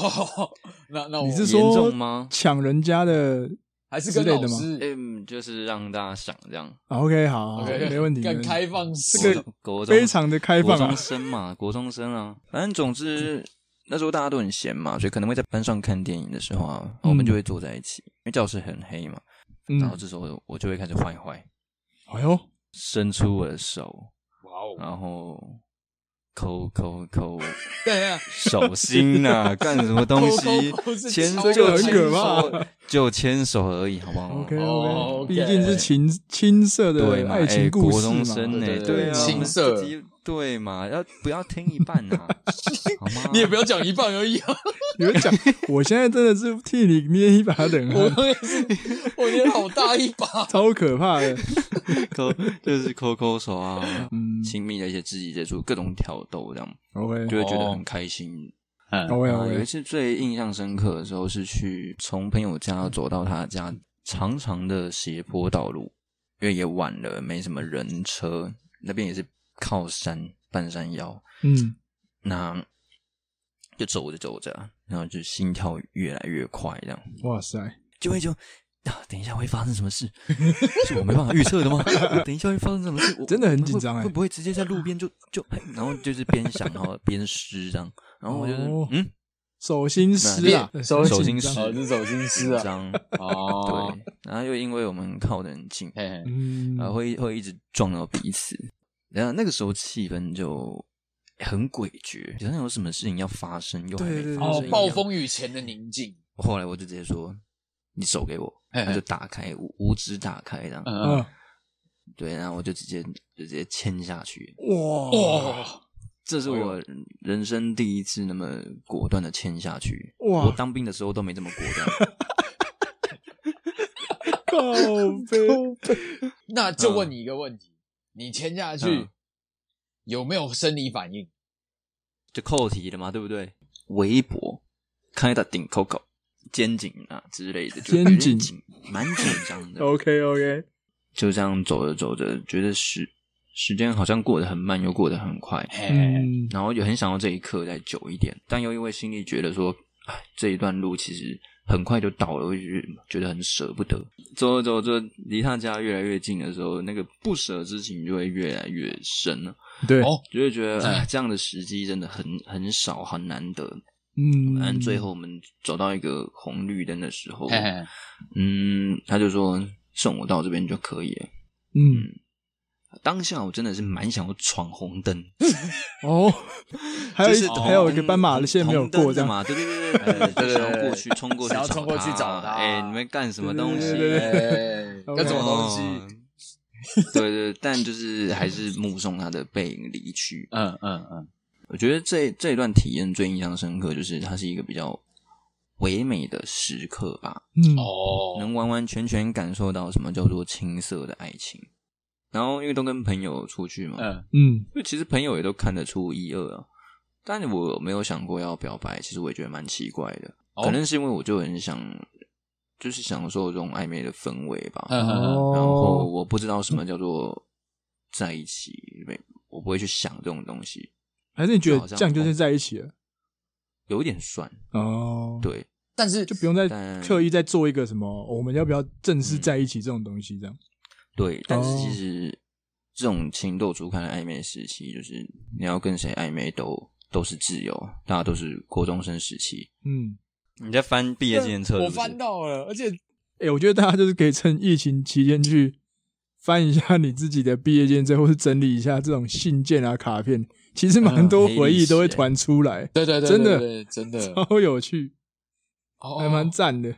S2: 那那我
S1: 你是
S3: 严
S1: 说
S3: 重吗
S1: 抢人家的
S2: 还是
S1: 之
S2: 跟
S1: 类
S2: 老
S1: 的吗？
S2: 师
S3: 嗯，就是让大家想这样，
S1: 啊，OK，好，好
S2: OK，
S1: 没问题，没
S2: 更
S1: 问题
S2: 开放式
S1: 这个
S3: 国中
S1: 非常的开放
S3: 国
S1: 啊
S3: 中，生嘛，国中生啊，反正总之那时候大家都很闲嘛，所以可能会在班上看电影的时候啊，
S1: 嗯
S3: 我们就会坐在一起，因为教室很黑嘛，
S1: 嗯
S3: 然，后这时候我就会开始坏坏，
S1: 哎呦，
S3: 伸出我的手，
S2: 哇哦，
S3: 然后抠抠抠
S2: 对啊，
S3: 手心啊，干什么东西
S2: 抠抠抠是？
S3: 牵
S2: 敲
S1: 这
S3: 就
S1: 个很
S3: 牵
S1: 可
S3: 手
S1: 怕。
S3: 就牵手而已，好不好
S1: OK
S2: 哦
S1: OK，
S2: ，OK
S1: 毕竟是情青涩
S3: 对
S1: 的
S3: 嘛？
S1: 爱情
S3: 哎
S1: 故
S3: 国
S1: 事
S3: 中生
S1: 嘛，
S3: 呢、
S2: 对对对
S3: 对啊，
S2: 青涩
S3: 我们自己对嘛？要不要听一半啊？好吗？
S2: 你也不要讲一半而已啊，
S1: 你们讲，我现在真的是替你捏一把冷
S2: 我
S1: 汗，
S2: 也是，我觉得好大一把，
S1: 超可怕 的。
S3: 抠，就是抠抠手啊，
S1: 嗯
S3: 亲密的一些肢体接触，各种挑逗，这样
S1: ，OK，
S3: 就会觉得
S2: 哦
S3: 很开心。
S2: 嗯，
S1: OK
S3: 啊有一
S1: OK，
S3: 次最印象深刻的时候是去从朋友家走到他家，长长的斜坡道路，因为也晚了，没什么人车，那边也是靠山半山腰，
S1: 嗯，
S3: 那就走着走着啊，然后就心跳越来越快，这样
S1: 哇塞，
S3: 就会就啊，等一下会发生什么 事？是我没办法预测的吗？等一下会发生什么事？我
S1: 真的很紧张
S3: 会
S1: 哎
S3: 会不会直接在路边就就，然后就是边想然后边湿这样，然后我就是、
S1: 哦
S3: 嗯，
S1: 手心湿啊，
S2: 手
S1: 很
S3: 手
S1: 紧张
S3: 心湿
S2: 哦，这手心
S3: 紧
S2: 思啊，
S3: 张，
S2: 哦，
S3: 对，然后又因为我们靠得很近，
S2: 嘿嘿，
S1: 嗯，
S3: 然后会会一直撞到彼此，然后那个时候气氛就。很诡谲，好像有什么事情要发生，又还没
S1: 对对
S3: 发
S2: 哦
S3: 生。，
S2: 暴！风雨前的宁静，
S3: 后来我就直接说：“你手给我。”
S2: 嘿嘿
S3: 他就打开五五指打开，然后
S2: 嗯，
S1: 嗯，
S3: 对，然后我就直接就直接牵下去。
S1: 哇
S2: 哇，
S3: 这
S1: 哎
S3: 是我人生第一次那么果断的签下去。
S1: 哇
S3: 我当兵的时候都没这么果断。
S1: 靠
S3: 哦
S1: 背，
S2: 那就问你一个问题，你签下去
S3: 嗯
S2: 有没有生理反应？
S3: 就扣题了嘛，对不对？围脖、开到顶扣扣、肩颈啊之类的，就
S1: 肩
S3: 有点
S1: 颈哦
S3: 紧，蛮紧张 的。
S1: OK OK，
S3: 就这样走着走着，觉得时时间好像过得很慢，又过得很快，
S2: 嘿，
S1: 嗯，
S3: 然后也很想要这一刻再久一点，但又因为心里觉得说，哎，这一段路其实很快就到了，我就觉得很舍不得。走着走着，离他家越来越近的时候，那个不舍之情就会越来越深了，
S1: 对，
S2: 哦
S3: 就会觉得
S2: 哎
S3: 哎，这样的时机真的很很少，很难得。
S1: 嗯，
S3: 反正最后我们走到一个红绿灯的时候，
S2: 嘿嘿，
S3: 嗯，他就说送我到这边就可以了。
S1: 嗯，
S3: 当下我真的是蛮想要闯红灯，
S1: 哦， 还有
S3: 就
S1: 一
S3: 是
S1: 个
S3: 红
S1: 还有一个斑马线没有
S3: 红灯
S1: 过，这样
S3: 的嘛？对对对对对，就想要过去冲过去
S2: 想要
S3: 找
S2: 冲过去找他
S3: 他，哎，你们干什么东西？
S1: 对对对对
S2: 哎要什么东西？
S3: 西？对对，但就是还是目送他的背影离去。
S2: 嗯嗯嗯，
S3: 我觉得这这一段体验最印象深刻，就是它是一个比较唯美的时刻吧，
S1: 嗯，
S2: 哦，
S3: 能完完全全感受到什么叫做青涩的爱情。然后因为都跟朋友出去嘛，
S2: 嗯，
S1: 嗯，
S3: 所以其实朋友也都看得出一二啊。但我没有想过要表白，其实我也觉得蛮奇怪的。
S2: 哦
S3: 可能是因为我就很想，就是享受这种暧昧的氛围吧。
S2: 嗯
S1: 哦，
S3: 然后我不知道什么叫做在一起，没，我不会去想这种东西，
S1: 还是你觉得
S3: 好像
S1: 这样就是在一起了？
S3: 有一点酸。
S1: 哦，
S3: 对，
S2: 但是
S1: 就不用再
S3: 但嗯
S1: 刻意再做一个什么，哦我们要不要正式在一起这种东西，这样。
S3: 对，但是
S1: 哦
S3: 其实这种情窦初开的暧昧时期，就是你要跟谁暧昧都都是自由，大家都是国中生时期。
S1: 嗯，
S3: 你在翻毕业纪念册，
S2: 我翻到了，而且
S1: 哎，我觉得大家就是可以趁疫情期间去翻一下你自己的毕业见证，或是整理一下这种信件啊、卡片，其实蛮多回忆都会团出来，
S2: 对对对，
S1: 真的
S2: 对对真的，
S1: 超有趣，
S2: 哦
S1: 还蛮赞的。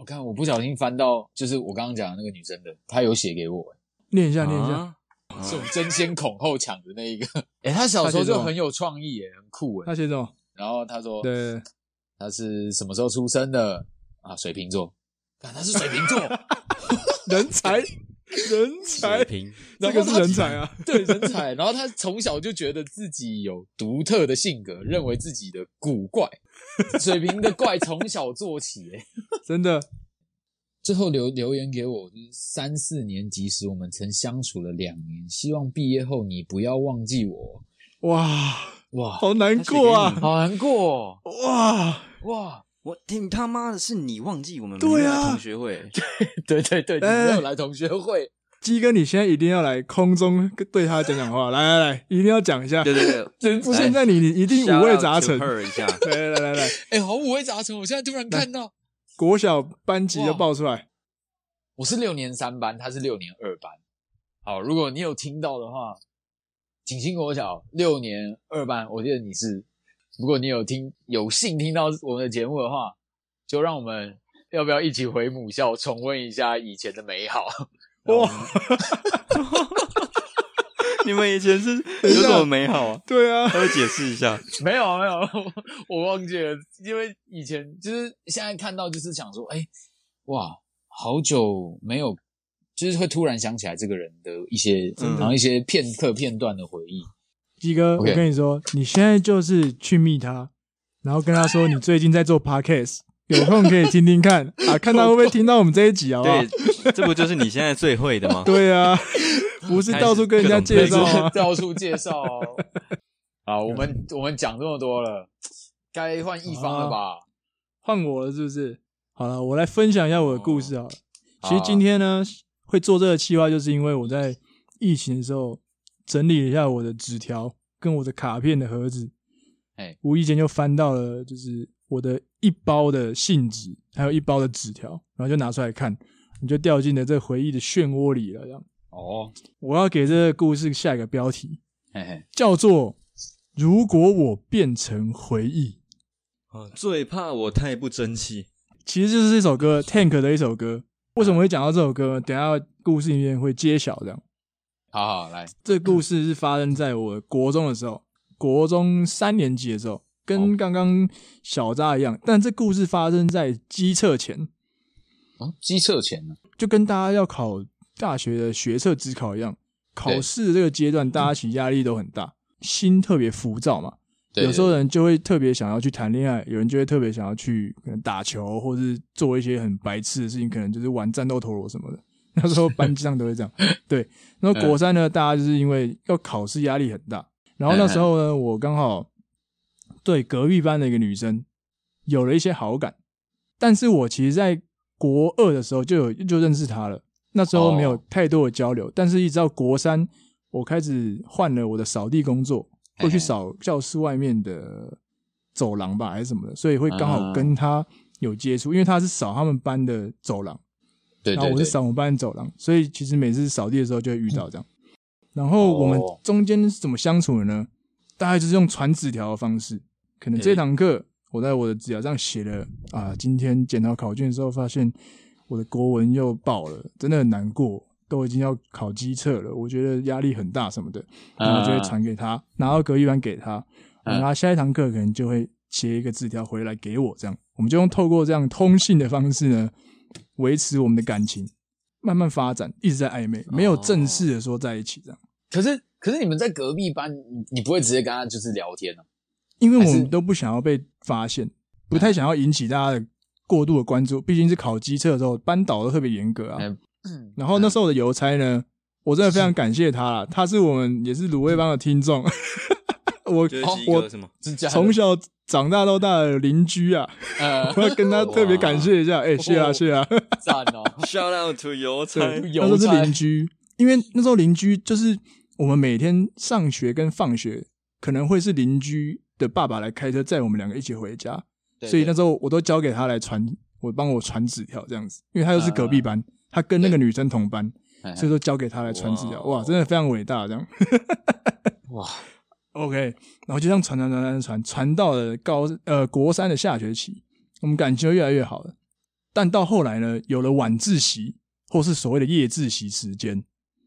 S2: 我看我不小心翻到，就是我刚刚讲的那个女生的，她有写给我，
S1: 念一下，
S3: 啊
S1: 念一下，
S3: 啊
S2: 是我们争先恐后抢的那一个。哎、嗯她小时候就很有创意，哎，很酷
S1: 他
S2: 哎。
S1: 写什么？
S2: 然后她说，
S1: 对，
S2: 她是什么时候出生的啊？水瓶座。啊，她是水瓶座，
S1: 人才， 人才
S3: 水，平。
S1: 这个是人才啊！
S2: 对人才。然后她从小就觉得自己有独特的性格，认为自己的古怪，水瓶的怪从小做起。哎，
S1: 真的，
S2: 最后留留言给我，就是三四年级时我们曾相处了两年，希望毕业后你不要忘记我。
S1: 哇，
S2: 哇，
S1: 好难过
S3: 他
S1: 啊！
S2: 好难过哦、
S1: 哇，
S2: 哇！
S3: 我听他妈的是你忘记我们
S1: 对啊
S3: 明天的同学 会，
S2: 对对对，你
S1: 哎
S2: 没有来同学会，
S1: 鸡哥，你现在一定要来空中跟对他讲讲话，来来来，一定要讲一下。
S3: 对对对，
S1: 人出
S3: 来
S1: 现在你，你一定五味杂陈。
S3: 哎 Shout out to her 一下，
S1: 来来来来来，
S2: 哎、好五味杂陈。我现在突然看到，
S1: 国小班级就爆出来，
S2: 我是六年三班，他是六年二班。好，如果你有听到的话，景星国小六年二班，我记得你是。如果你有听有幸听到我们的节目的话，就让我们要不要一起回母校重温一下以前的美好？
S1: 哇，
S3: 你们以前是
S1: 一下
S3: 有什么美好啊？
S1: 对啊，
S3: 稍微解释一下，
S2: 没有没有，我我忘记了，因为以前就是现在看到就是想说，哎、哇，好久没有，就是会突然想起来这个人的一些，
S3: 真的
S2: 然后一些片刻片段的回忆。
S1: 鸡哥，我
S2: OK
S1: 跟你说，你现在就是去密他，然后跟他说你最近在做 podcast，有空可以听听 看啊，看他会不会听到我们这一集，好不好？
S3: 对，哦这不就是你现在最会的吗？
S1: 对啊，不是到处跟人家介绍
S2: 到
S1: 啊
S2: 处。到处介绍 哦。好，我们我们讲这么多了，该换一方了吧？
S1: 换我了是不是？好了，我来分享一下我的故事好了。
S2: 哦
S1: 其实今天呢，会做这个计划，就是因为我在疫情的时候整理了一下我的纸条跟我的卡片的盒子，
S2: 哎
S1: 无意间就翻到了就是我的一包的信纸，还有一包的纸条，然后就拿出来看，你就掉进了这回忆的漩涡里了。这样，
S2: 哦，
S1: 我要给这个故事下一个标题，
S2: 嘿嘿，
S1: 叫做“如果我变成回忆”。
S3: 啊最怕我太不争气。
S1: 其实就是这首歌 Tank 的一首歌。为什么会讲到这首歌？等一下故事里面会揭晓。这样，
S2: 好好来，
S1: 这故事是发生在我国中的时候，国中三年级的时候，跟刚刚小扎一样，但这故事发生在机测前，
S2: 哦，机测前呢？
S1: 就跟大家要考大学的学测、职考一样，考试这个阶段，大家其实压力都很大，心特别浮躁嘛。
S2: 对
S1: 有时候人就会特别想要去谈恋爱，有人就会特别想要去可能打球，或是做一些很白痴的事情，可能就是玩战斗陀螺什么的。 那时候班级上都会这样，对。然后国三呢，大家就是因为要考试，压力很大。然后那时候呢，我刚好对隔壁班的一个女生有了一些好感，但是我其实在国二的时候就有就认识她了，那时候没有
S2: 哦
S1: 太多的交流，但是一直到国三，我开始换了我的扫地工作，
S2: 嘿
S1: 会去
S2: 嘿
S1: 扫教室外面的走廊吧，还是什么的，所以会刚好
S2: 啊
S1: 跟她有接触，因为她是扫他们班的走廊。
S2: 对
S1: 然后
S2: 对
S1: 我是
S2: 对，
S1: 扫我们班的走廊，所以其实每次扫地的时候就会遇到这样。然后我们
S2: 嗯哦
S1: 中间是怎么相处的呢？大概就是用传纸条的方式。可能
S3: 诶
S1: 这堂课我在我的纸条上写了啊，今天检讨考卷的时候发现我的国文又爆了，真的很难过，都已经要考机测了，我觉得压力很大什么的，然后就会传给他，拿到隔壁班给他，
S2: 嗯
S1: 然后他下一堂课可能就会写一个字条回来给我，这样我们就用透过这样通信的方式呢，维持我们的感情，慢慢发展，一直在暧昧，没有正
S2: 哦
S1: 式的说在一起这样，
S2: 可是可是你们在隔壁班，你你不会直接跟他就是聊天哦？
S1: 因为我
S2: 还是
S1: 们都不想要被发现，不太想要引起大家的过度的关注，毕竟是考机测的时候，班导都特别严格啊。
S2: 哎
S1: 然后那时候我的邮差呢，我真的非常感谢他啦，他是我们也是卤味帮的听 众，我
S3: 就是鸡
S1: 哦我
S3: 哥是吗？
S2: 是这样的
S1: 从小长大到大的邻居 啊，
S2: 呃
S1: 我要跟他特别感谢一下，哎、谢啊谢啊，
S2: 赞哦，
S3: Shout out to 邮差，
S1: 对，那时
S2: 邮
S1: 候是
S2: 差
S1: 邻居，因为那时候邻居就是我们每天上学跟放学，可能会是邻居的爸爸来开车载我们两个一起回家，
S2: 对
S1: 所以那
S2: 对
S1: 时候我都交给他来传，我帮我传纸条这样子，因为他
S2: 啊
S1: 又是隔壁班，他跟那个女生同班，
S2: 嘿嘿
S1: 所以说交给他来传纸条，
S3: 哇
S1: 哇，真的非常伟大这样。
S2: 哇，
S1: OK，然后就这样传传传传传传到了高呃国三的下学期，我们感情就越来越好了。但到后来呢，有了晚自习或是所谓的夜自习时间，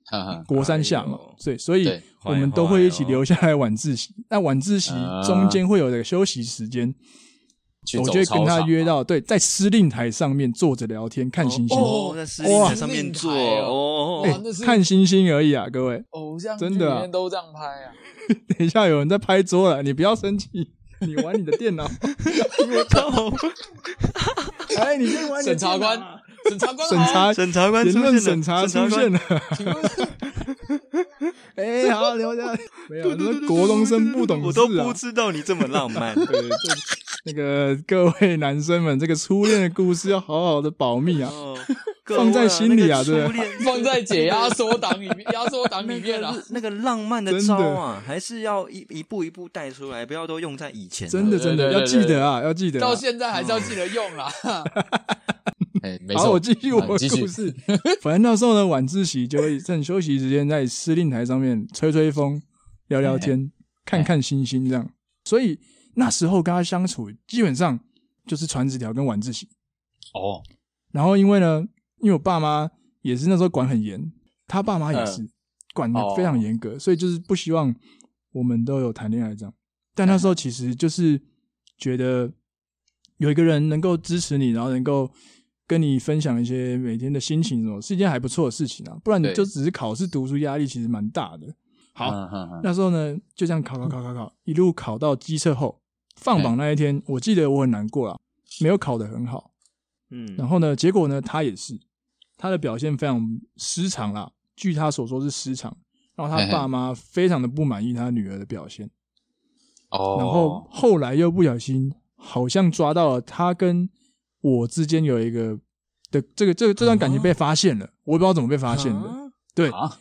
S2: 哈哈，
S1: 国三下嘛
S3: 哎呦，
S1: 对，所以
S2: 对
S1: 我们都会一起留下来晚自习。那晚自习中间会有这个休息时间，
S2: 去
S1: 我
S2: 走
S1: 就会
S2: 操
S1: 跟他
S2: 场
S1: 约
S2: 嘛
S1: 到对，在司令台上面坐着聊天看星星。
S3: 哦，在司令台上面坐
S2: 哇
S3: 哦，
S2: 哎
S3: 哦
S2: 哇那是
S1: 看星星而已啊，各位！
S2: 偶像
S1: 真
S2: 剧
S1: 的
S2: 里
S1: 啊
S2: 面都这样拍啊，
S1: 等一下有人在拍桌了，你不要生气，你玩你的电脑。
S3: 靠
S1: 哎，你先玩你的
S2: 审查
S1: 电脑啊
S2: 官，审查官好，
S1: 审查
S3: 哎审查官
S1: 啊言
S3: 出现
S1: 论
S3: 了，
S1: 审查出
S3: 官
S1: 现了，
S2: 请问
S1: 哎、好，留下。没有，那国中生不懂事啊。
S3: 我都不知道你这么浪 漫。
S1: 对，这那个各位男生们，这个初恋的故事要好好的保密啊。
S3: 哦，
S1: 放在心里啊
S3: 各
S1: 对
S3: 位那个初恋
S2: 放在解压缩档里面，压缩档里 面啊
S3: 那个。那个浪漫的
S1: 真的
S3: 招啊，还是要一一步一步带出来，不要都用在以前啊。
S1: 真的，
S2: 对
S1: 真的
S2: 对
S1: 要
S2: 对
S1: 记
S2: 对
S1: 得啊，要记得啊、
S2: 到现在还是要记得用啊啦。 哎，没
S1: 好，
S2: 错，
S1: 我继续我
S2: 啊
S1: 的
S2: 继续
S1: 故事。反正到时候呢，晚自习就会趁休息时间在司令台上面吹吹风、聊聊 天、
S2: 哎
S1: 看看星星这样。所以那时候跟他相处，基本上就是传纸条跟晚自习。
S2: 哦，
S1: 然后因为呢，因为我爸妈也是那时候管很严，他爸
S2: 嗯
S1: 妈也是、管的非常严
S2: 哦
S1: 格，所以就是不希望我们都有谈恋爱这样。
S2: 嗯
S1: 但那时候其实就是觉得有一个人能够支持你，然后能够跟你分享一些每天的心情什么，是一件还不错的事情啊。不然你
S2: 对
S1: 就只是考试读书压力其实蛮大的。好，
S2: 嗯嗯嗯
S1: 那时候呢，就这样考考考考考，一路考到机测后放
S2: 嗯
S1: 榜那一天，我记得我很难过了，没有考得很好。
S3: 嗯，
S1: 然后呢，结果呢，他也是，他的表现非常失常啦。据他所说是失常，然后
S2: 嘿
S1: 他
S2: 嘿
S1: 爸妈非常的不满意他女儿的表现，
S2: 哦，
S1: 然后后来又不小心好像抓到了他跟我之间有一个的这个这个这段感
S2: 哦
S1: 情被发现了，我也不知道怎么被发现的。
S3: 啊
S1: 对，
S2: 啊，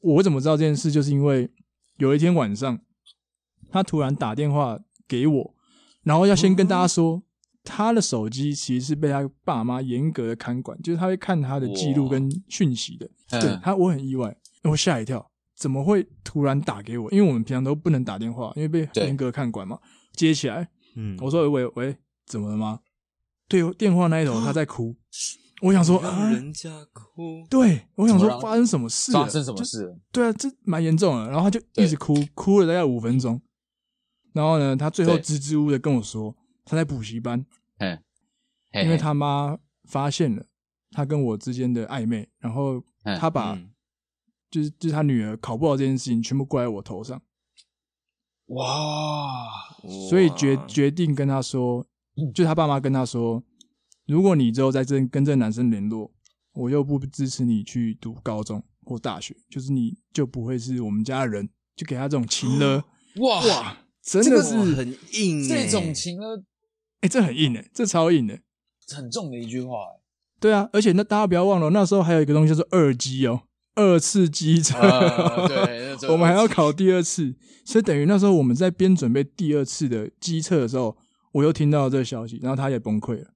S1: 我怎么知道这件事？就是因为有一天晚上，他突然打电话给我，然后要先跟大
S2: 哦
S1: 家说，他的手机其实是被他爸妈严格的看管，就是他会看他的记录
S3: 哇
S1: 跟讯息的。对
S2: 嗯
S1: 他，我很意外，我吓一跳，怎么会突然打给我？因为我们平常都不能打电话，因为被
S2: 对
S1: 严格看管嘛。接起来，
S3: 嗯，
S1: 我说喂喂，怎么了吗？对，电话那一头他在哭，我想说
S3: 让
S1: 啊，
S3: 人家哭，
S1: 对我想
S2: 怎么
S1: 说
S2: 了
S1: 发生什么事了？
S2: 发生什么
S1: 就
S2: 事了？
S1: 对啊，这蛮严重的。然后他就一直哭，哭了大概五分钟。然后呢，他最后
S2: 对
S1: 支支吾吾的跟我说，他在补习班，
S2: 嘿
S1: 因为
S2: 嘿
S1: 他妈发现了他跟我之间的暧昧，然后
S2: 嗯
S1: 他把、
S3: 嗯
S1: 就是就是他女儿考不好这件事情全部怪在我头上，
S2: 哇，
S1: 所以
S3: 哇
S1: 决决定跟他说，就他爸妈跟他说，如果你之后再跟跟这个男生联络，我又不支持你去读高中或大学，就是你就不会是我们家的人，就给他这种情 了。
S2: 哇哇，
S1: 真
S2: 这
S1: 的
S2: 个
S1: 是
S3: 哇很硬欸，
S2: 这种情呢
S1: 哎、这很硬哎、这超硬的、
S2: 很重的一句话欸。
S1: 对啊，而且那大家不要忘了，那时候还有一个东西叫做二机哦，二次机车。
S2: 呃对这
S1: 我们还要考第二次，所以等于那时候我们在边准备第二次的机测的时候，我又听到了这个消息，然后他也崩溃了，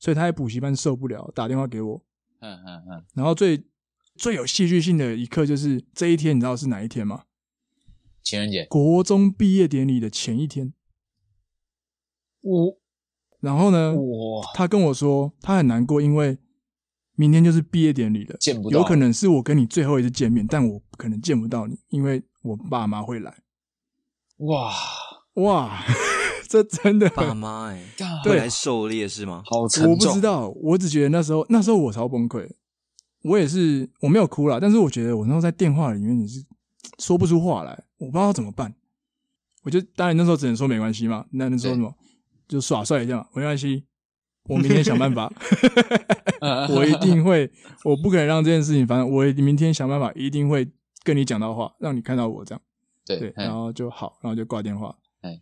S1: 所以他在补习班受不了，打电话给我。
S2: 嗯嗯嗯，
S1: 然后最最有戏剧性的一刻就是这一天，你知道是哪一天吗？
S2: 情人节，
S1: 国中毕业典礼的前一天。
S2: 我
S1: 然后呢，
S2: 哇，
S1: 他跟我说他很难过，因为明天就是毕业典礼了，
S2: 见不到
S1: 有可能是我跟你最后一次见面，但我可能见不到你，因为我爸妈会来。
S2: 哇，
S1: 哇， 这真的
S3: 爸妈哎，
S2: 干
S3: 会来狩猎是吗？
S2: 好沉重，
S1: 我不知道，我只觉得那时候那时候我超崩溃，我也是我没有哭啦，但是我觉得我那时候在电话里面也是说不出话来，我不知道怎么办。我就当然那时候只能说没关系嘛，那能说什么？就耍帅一下嘛，没关系，我明天想办 法。
S2: 嗯，嗯
S1: 我一定会，我不可能让这件事情，反正我明天想办法，一定会跟你讲到话，让你看到我这样。对
S2: 对，，
S1: 然
S2: 嗯
S1: 后就好，然后就挂电话
S2: 哎。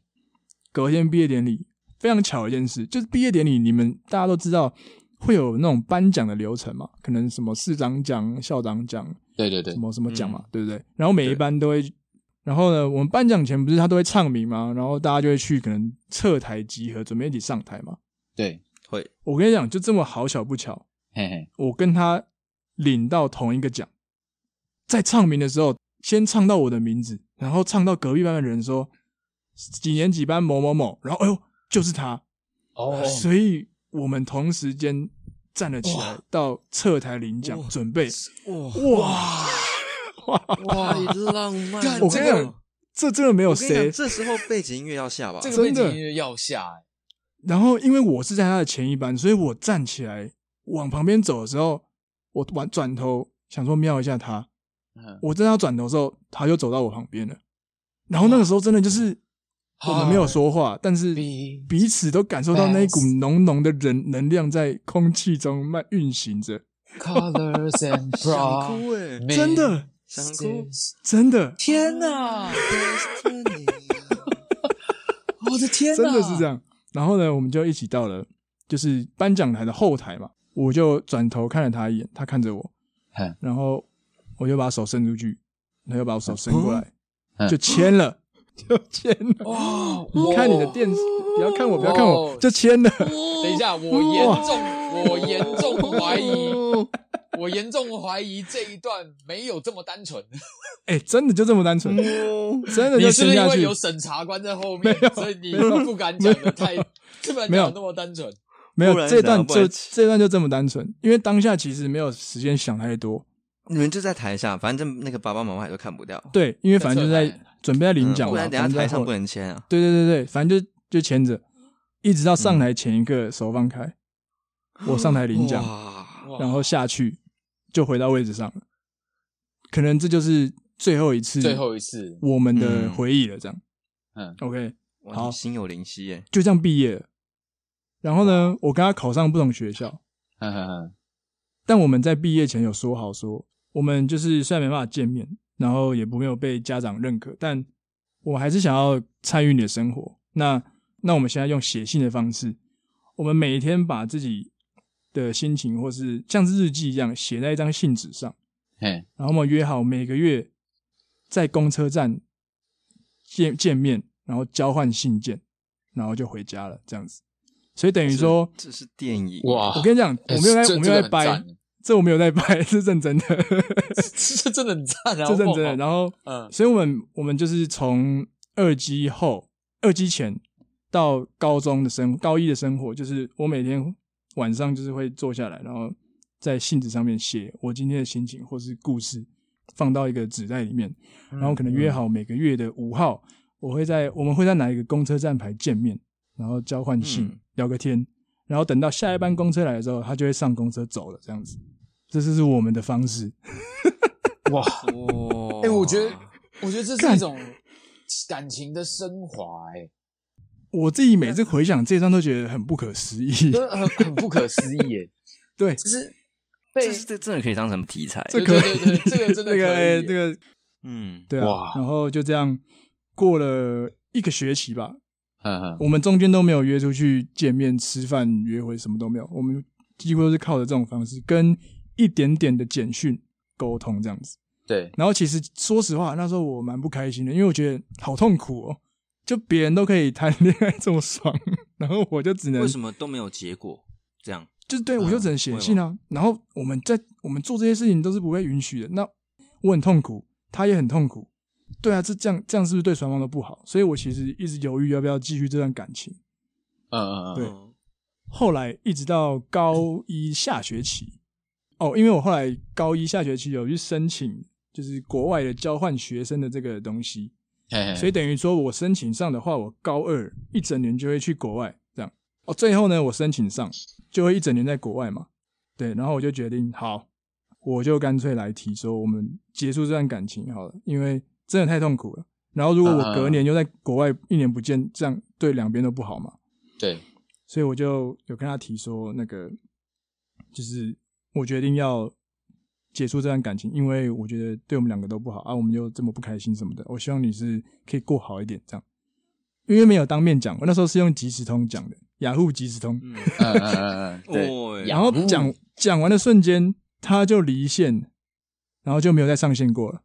S1: 隔天毕业典礼，非常巧一件事，就是毕业典礼，你们大家都知道会有那种颁奖的流程嘛，可能什么市长奖、校长奖，
S2: 对对对
S1: 什，么什么奖嘛，
S3: 嗯
S1: 对不对？然后每一
S3: 对
S1: 班都会，然后呢，我们颁奖前不是他都会唱名嘛，然后大家就会去可能侧台集合，准备一起上台嘛。
S2: 对，
S3: 会
S1: 我跟你讲，就这么好巧不巧，
S2: 嘿嘿，
S1: 我跟他领到同一个奖，在唱名的时候，先唱到我的名字，然后唱到隔壁班的人说几年几班某某某，然后哎呦就是他，
S2: 哦
S1: 所以我们同时间站了起来
S2: 哇，
S1: 到侧台领奖
S3: 哇
S1: 准备，
S3: 哇
S1: 哇，
S3: 哇，浪漫
S2: 干
S3: 了！
S1: 我跟你讲，这真的没有
S3: 我跟你讲，
S1: 谁。
S3: 这时候背景音乐要下吧？
S2: 这个
S1: 真
S2: 背景
S1: 的
S2: 音乐要下欸，
S1: 然后因为我是在他的前一班，所以我站起来往旁边走的时候，我转转头想说瞄一下他，
S2: 嗯，
S1: 我正要转头的时候，他就走到我旁边了。然后那个时候真的就是我们没有说话，但是
S2: 比
S1: 彼此都感受到那一股浓浓的人能量在空气中慢运行着，
S2: colors and
S3: 想
S2: brown，
S3: 哭哎，
S1: 欸真的
S3: 想哭，
S1: 真的，
S2: 天哪！我的天哪！
S1: 真的是这。样。然后呢，我们就一起到了就是颁奖台的后台嘛，我就转头看了他一眼，他看着我
S2: 嗯，
S1: 然后我就把手伸出去，他就把我手伸过来，
S2: 嗯
S1: 就签 了，就签了。
S2: 哇！
S1: 你看你的
S2: 哇
S1: 电视，
S2: 哦
S1: 不要看我，不要看我
S2: 哇，
S1: 就签了。
S2: 等一下，我严重，我严重怀 疑，我严重怀疑这一段没有这么单纯。
S1: 哎，真的就这么单纯，
S3: 嗯
S1: 真的就
S2: 你是
S1: 签
S2: 不是因
S1: 下
S2: 为
S1: 去
S2: 有。审查官在后面，所以你不敢讲的太， 基本
S1: 没有
S2: 讲那么单纯。
S1: 没
S3: 不
S1: 有
S3: 然
S1: 这
S3: 哪
S1: 段
S3: 不然
S1: 就这段就这么单纯，因为当下其实没有时间想太多。
S3: 你们就在台下，反正那个爸爸妈妈也都看不掉。
S1: 对，因为反正就
S2: 在
S1: 在
S2: 侧台
S1: 准备在领
S3: 嗯
S1: 奖
S3: 不
S1: 嘛，
S3: 然等下
S1: 反正在
S3: 台上
S1: 后
S3: 不能签啊。
S1: 对对对对，反正就就牵着，一直到
S3: 嗯
S1: 上台前一个手放开，我上台领奖，
S3: 哇，
S1: 然后下去就回到位置上了。可能这就是最后一次，
S2: 最后一次，
S1: 我们的
S3: 嗯
S1: 回忆了。这样，
S2: 嗯
S1: ，OK，
S3: 哇
S1: 好
S3: 你心有灵犀耶！
S1: 就这样毕业了。然后呢，我跟他考上不同学校，
S2: 嗯嗯嗯，
S1: 但我们在毕业前有说好说，我们就是虽然没办法见面，然后也不没有被家长认可，但我还是想要参与你的生活。那那我们现在用写信的方式，我们每一天把自己的心情或是像是日记一样写在一张信纸上，
S2: 嘿，
S1: 然后我们约好每个月在公车站见见面，然后交换信件，然后就回家了，这样子。所以等于说，
S3: 这是电影，
S2: 哇
S1: 我跟你讲，我没有在，
S2: 哦这
S1: 我没有
S2: 这个
S1: 在
S2: 很
S1: 掰
S2: 赞，
S1: 这我没有在掰， 是认真的，
S2: 这真的很赞啊！
S1: 是认
S2: 哇
S1: 真的。然后，
S2: 嗯
S1: 所以我们我们就是从二级后、二级前到高中的生高一的生活，就是我每天晚上就是会坐下来，然后在信纸上面写我今天的心情或是故事，放到一个纸袋里面，然后可能约好每个月的五号，我会在我们会在哪一个公车站牌见面，然后交换信、
S3: 嗯
S1: 聊个天，然后等到下一班公车来的时候，他就会上公车走了，这样子。这就是我们的方式，
S2: 哇，
S3: 哇！
S2: 哎、我觉得，我觉得这是一种感情的升华、哎，
S1: 我自己每次回想这段都觉得很不可思 议。
S2: 真的很很不可思 议、哎，
S1: 对，
S2: 就是被
S3: 这是这真的可以当成题材。
S1: 这
S2: 对
S1: 可以
S2: 对对对，这个真的
S1: 那个
S2: 可以
S1: 哎，那个
S3: 嗯，
S1: 对啊
S2: 哇，
S1: 然后就这样过了一个学期吧，
S2: 嗯嗯，
S1: 我们中间都没有约出去见面、吃饭、约会，什么都没有，我们几乎都是靠着这种方式，跟一点点的简讯沟通这样子。
S2: 对，
S1: 然后其实说实话，那时候我蛮不开心的，因为我觉得好痛苦哦，就别人都可以谈恋爱这么爽， 然后我就只能
S3: 为什么都没有结果？这样，
S1: 就是对
S3: 嗯
S1: 我就只能写信啊。然后我们在我们做这些事情都是不被允许的，那我很痛苦，他也很痛苦。对啊，这这样这样是不是对双方都不好？所以我其实一直犹豫要不要继续这段感情。
S2: 嗯嗯嗯，
S1: 对
S3: 嗯
S1: 后来一直到高一下学期，哦，因为我后来高一下学期有去申请，就是国外的交换学生的这个东西，
S2: 嘿嘿，
S1: 所以等于说我申请上的话，我高二一整年就会去国外这样。哦，最后呢，我申请上就会一整年在国外嘛。对，然后我就决定，好，我就干脆来提说我们结束这段感情好了，因为真的太痛苦了。然后如果我隔年又在国外一年不见，这样对两边都不好嘛。
S2: 对，
S1: 所以我就有跟他提说，那个就是我决定要结束这段感情，因为我觉得对我们两个都不好啊，我们又这么不开心什么的，我希望你是可以过好一点这样。因为没有当面讲，我那时候是用即时通讲的，雅虎即时通，
S3: 嗯，
S2: 嗯嗯嗯嗯，对，
S3: 哦，
S2: 呀
S1: 然后
S2: 嗯
S1: 讲讲完的瞬间他就离线，然后就没有再上线过了。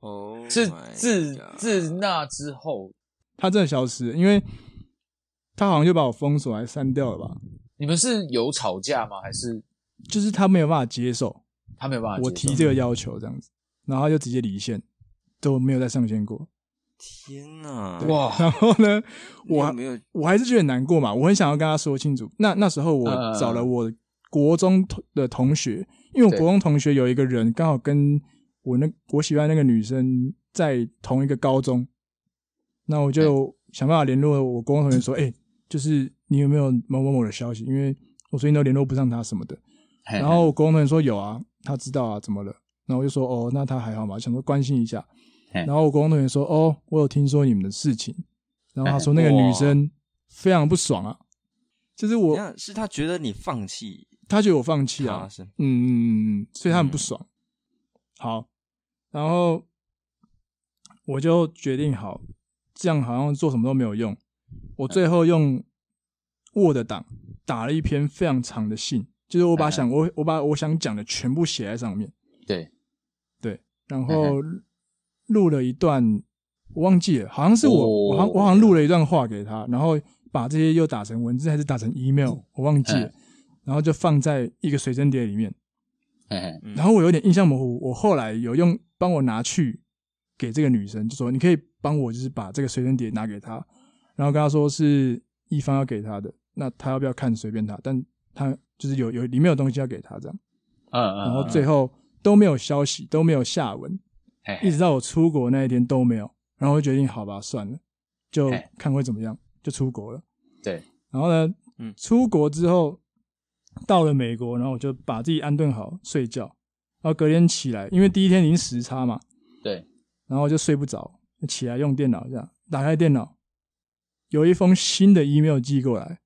S3: 哦，
S2: 是
S1: Oh
S2: 自自那之后，
S1: 他真的消失了，因为他好像就把我封锁还删掉了吧，
S2: 你们是有吵架吗？还是
S1: 就是他没有办法接受。
S2: 他没有啊办法接受？嗯
S1: 我提这个要求这样子，然后他就直接离线，都没有再上线过。
S3: 天哪！
S2: 哇，
S1: 然后呢，我
S2: 嗯
S3: 你有没有
S1: 我还是觉得很难过嘛，我很想要跟他说清楚。那那时候我
S2: 嗯
S1: 找了我国中同的同学，因为我
S2: 对
S1: 国中同学有一个人刚好跟我那我喜欢那个女生在同一个高中，那我就想办法联络我国中同学说，哎、就是你有没有某某某的消息？因为我最近都联络不上他什么的。
S2: 嘿嘿
S1: 然后我国工人说有啊，他知道啊，怎么了？然后我就说哦，那他还好嘛，想说关心一下。
S2: 嘿
S1: 然后我国工同学说哦，我有听说你们的事情。然后他说那个
S3: 哇
S1: 女生非常不爽啊，就是
S3: 等一
S1: 我
S3: 下是他觉得你放弃
S1: 他觉得我放弃
S3: 他
S1: 啊，
S3: 是
S1: 嗯嗯嗯嗯，所以他很不爽。好，然后我就决定好，这样好像做什么都没有用。
S2: 嗯
S1: 我最后用 Word 档打了一篇非常长的信，就是我把想我我把我想讲的全部写在上面，
S2: 嗯对，嗯
S1: 对，然后录了一段，我忘记了，好像是
S2: 哦
S1: 我、我好像我好像录了一段话给他，然后把这些又打成文字还是打成 email，我忘记了
S2: 嗯，
S1: 然后就放在一个随身碟里面。
S2: 嘿嘿，
S3: 嗯
S1: 然后我有点印象模糊，我后来有用帮我拿去给这个女生，就说你可以帮我就是把这个随身碟拿给她，然后跟她说是一方要给她的，那她要不要看随便她，但她就是有有里面有东西要给她这样，
S2: 嗯嗯，
S1: 然后
S2: 嗯
S1: 最后都没有消息，都没有下文，
S2: 嘿嘿
S1: 一直到我出国那一天都没有，然后我就决定好吧算了，就
S2: 哎
S1: 看会怎么样，就出国了。
S2: 对，
S1: 然后呢，
S3: 嗯
S1: 出国之后到了美国，然后我就把自己安顿好睡觉，然后隔天起来，因为第一天已经时差嘛，
S2: 对，
S1: 然后就睡不着，起来用电脑这样打开电脑，有一封新的 email 寄过来，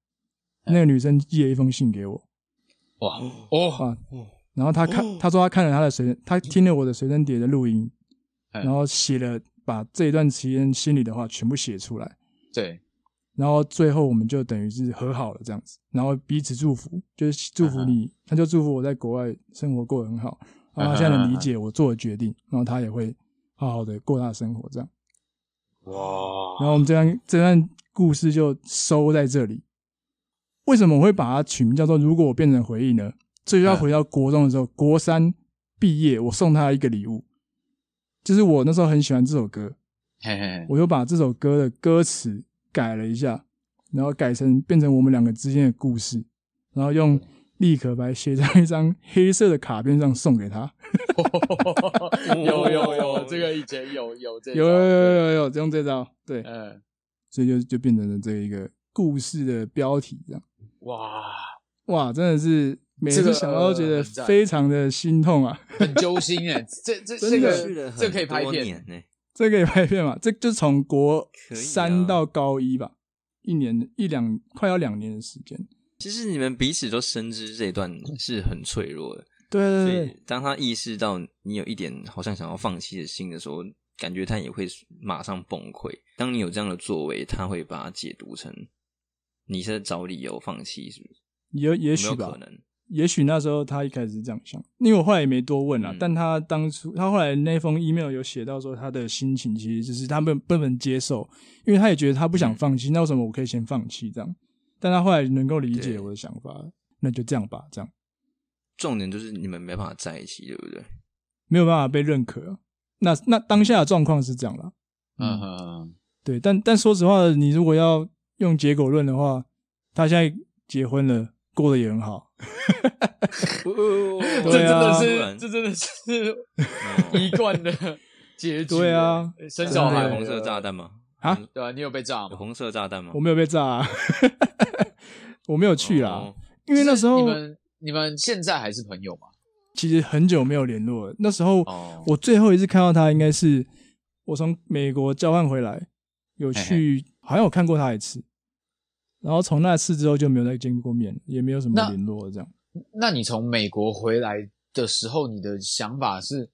S1: 那个女生寄了一封信给我，
S2: 哇哦，
S1: 啊，然后她看，她说她看了她的随身，她听了我的随身碟的录音，
S2: 哎
S1: 然后写了把这一段时间心里的话全部写出来。
S2: 对，
S1: 然后最后我们就等于是和好了这样子，然后彼此祝福，就是祝福你，他就祝福我在国外生活过得很好，然后他现在能理解我做的决定，然后他也会好好的过他的生活这样。
S2: 哇，
S1: 然后我们这段这段故事就收在这里。为什么我会把它取名叫做“如果我变成回忆”呢？这就要回到国中的时候，国三毕业，我送他一个礼物，就是我那时候很喜欢这首歌，
S2: 嘿嘿，
S1: 我又把这首歌的歌词改了一下，然后改成变成我们两个之间的故事，然后用立可白写在一张黑色的卡片上送给他。
S2: 有 有有，这个以前有有这
S1: 有有有有有，就用这招，对，
S2: 嗯，
S1: 所以就就变成了这一个故事的标题这样。
S2: 哇，
S1: 哇，真的是每
S2: 这
S1: 次
S2: 个
S1: 想
S3: 呃
S1: 到都觉得
S2: 很赞
S1: 非常的心痛啊！
S2: 很揪心哎，这这
S1: 真
S2: 这
S1: 的
S3: 去了
S2: 个
S3: 很
S2: 这可以拍
S3: 多
S2: 片，
S3: 年呢，
S1: 这个也拍片嘛，这就从国
S3: 可以啊
S1: 三到高一吧，一年一两快要两年的时间。
S3: 其实你们彼此都深知这一段是很脆弱的，
S1: 对
S3: 所
S1: 对对
S3: 以当他意识到你有一点好像想要放弃的心的时候，感觉他也会马上崩溃。当你有这样的作为，他会把它解读成你是在找理由放弃，是不是？
S1: 也也许
S3: 有没有
S1: 吧
S3: 可，能，
S1: 也许那时候他一开始是这样想，因为我后来也没多问啦。
S3: 嗯
S1: 但他当初他后来那封 email 有写到说他的心情其实就是他们不能接受，因为他也觉得他不想放弃，那为什么我可以先放弃这样？但他后来能够理解
S3: 对
S1: 我的想法，那就这样吧，这样
S3: 重点就是你们没办法在一起，对 不对？
S1: 没有办法被认可啊。那那当下的状况是这样啦，
S2: 嗯嗯嗯，
S1: 对，但但说实话，你如果要用结果论的话，他现在结婚了，过得也很好，哦
S2: 这
S1: 对
S2: 真
S1: 啊
S2: 的是这真的是一贯的结局，
S1: 对啊，
S2: 生
S3: 小
S2: 小
S3: 孩
S2: 孩
S3: 有
S2: 了
S3: 红色炸，弹吗？
S1: 啊
S2: 对啊，你有被炸
S3: 有
S2: 吗？
S3: 红色炸弹吗？
S1: 我没有被炸、啊， 我没有去啊啦，
S3: 哦
S1: 因为那时候
S2: 你们你们现在还是朋友吗？
S1: 其实很久没有联络了。那时候
S2: 哦
S1: 我最后一次看到他，应该是我从美国交换回来，有去好像有看过他一次，然后从那次之后就没有再见过面，也没有什么
S2: 那
S1: 联络，这样
S2: 那你从美国回来的时候，你的想法是，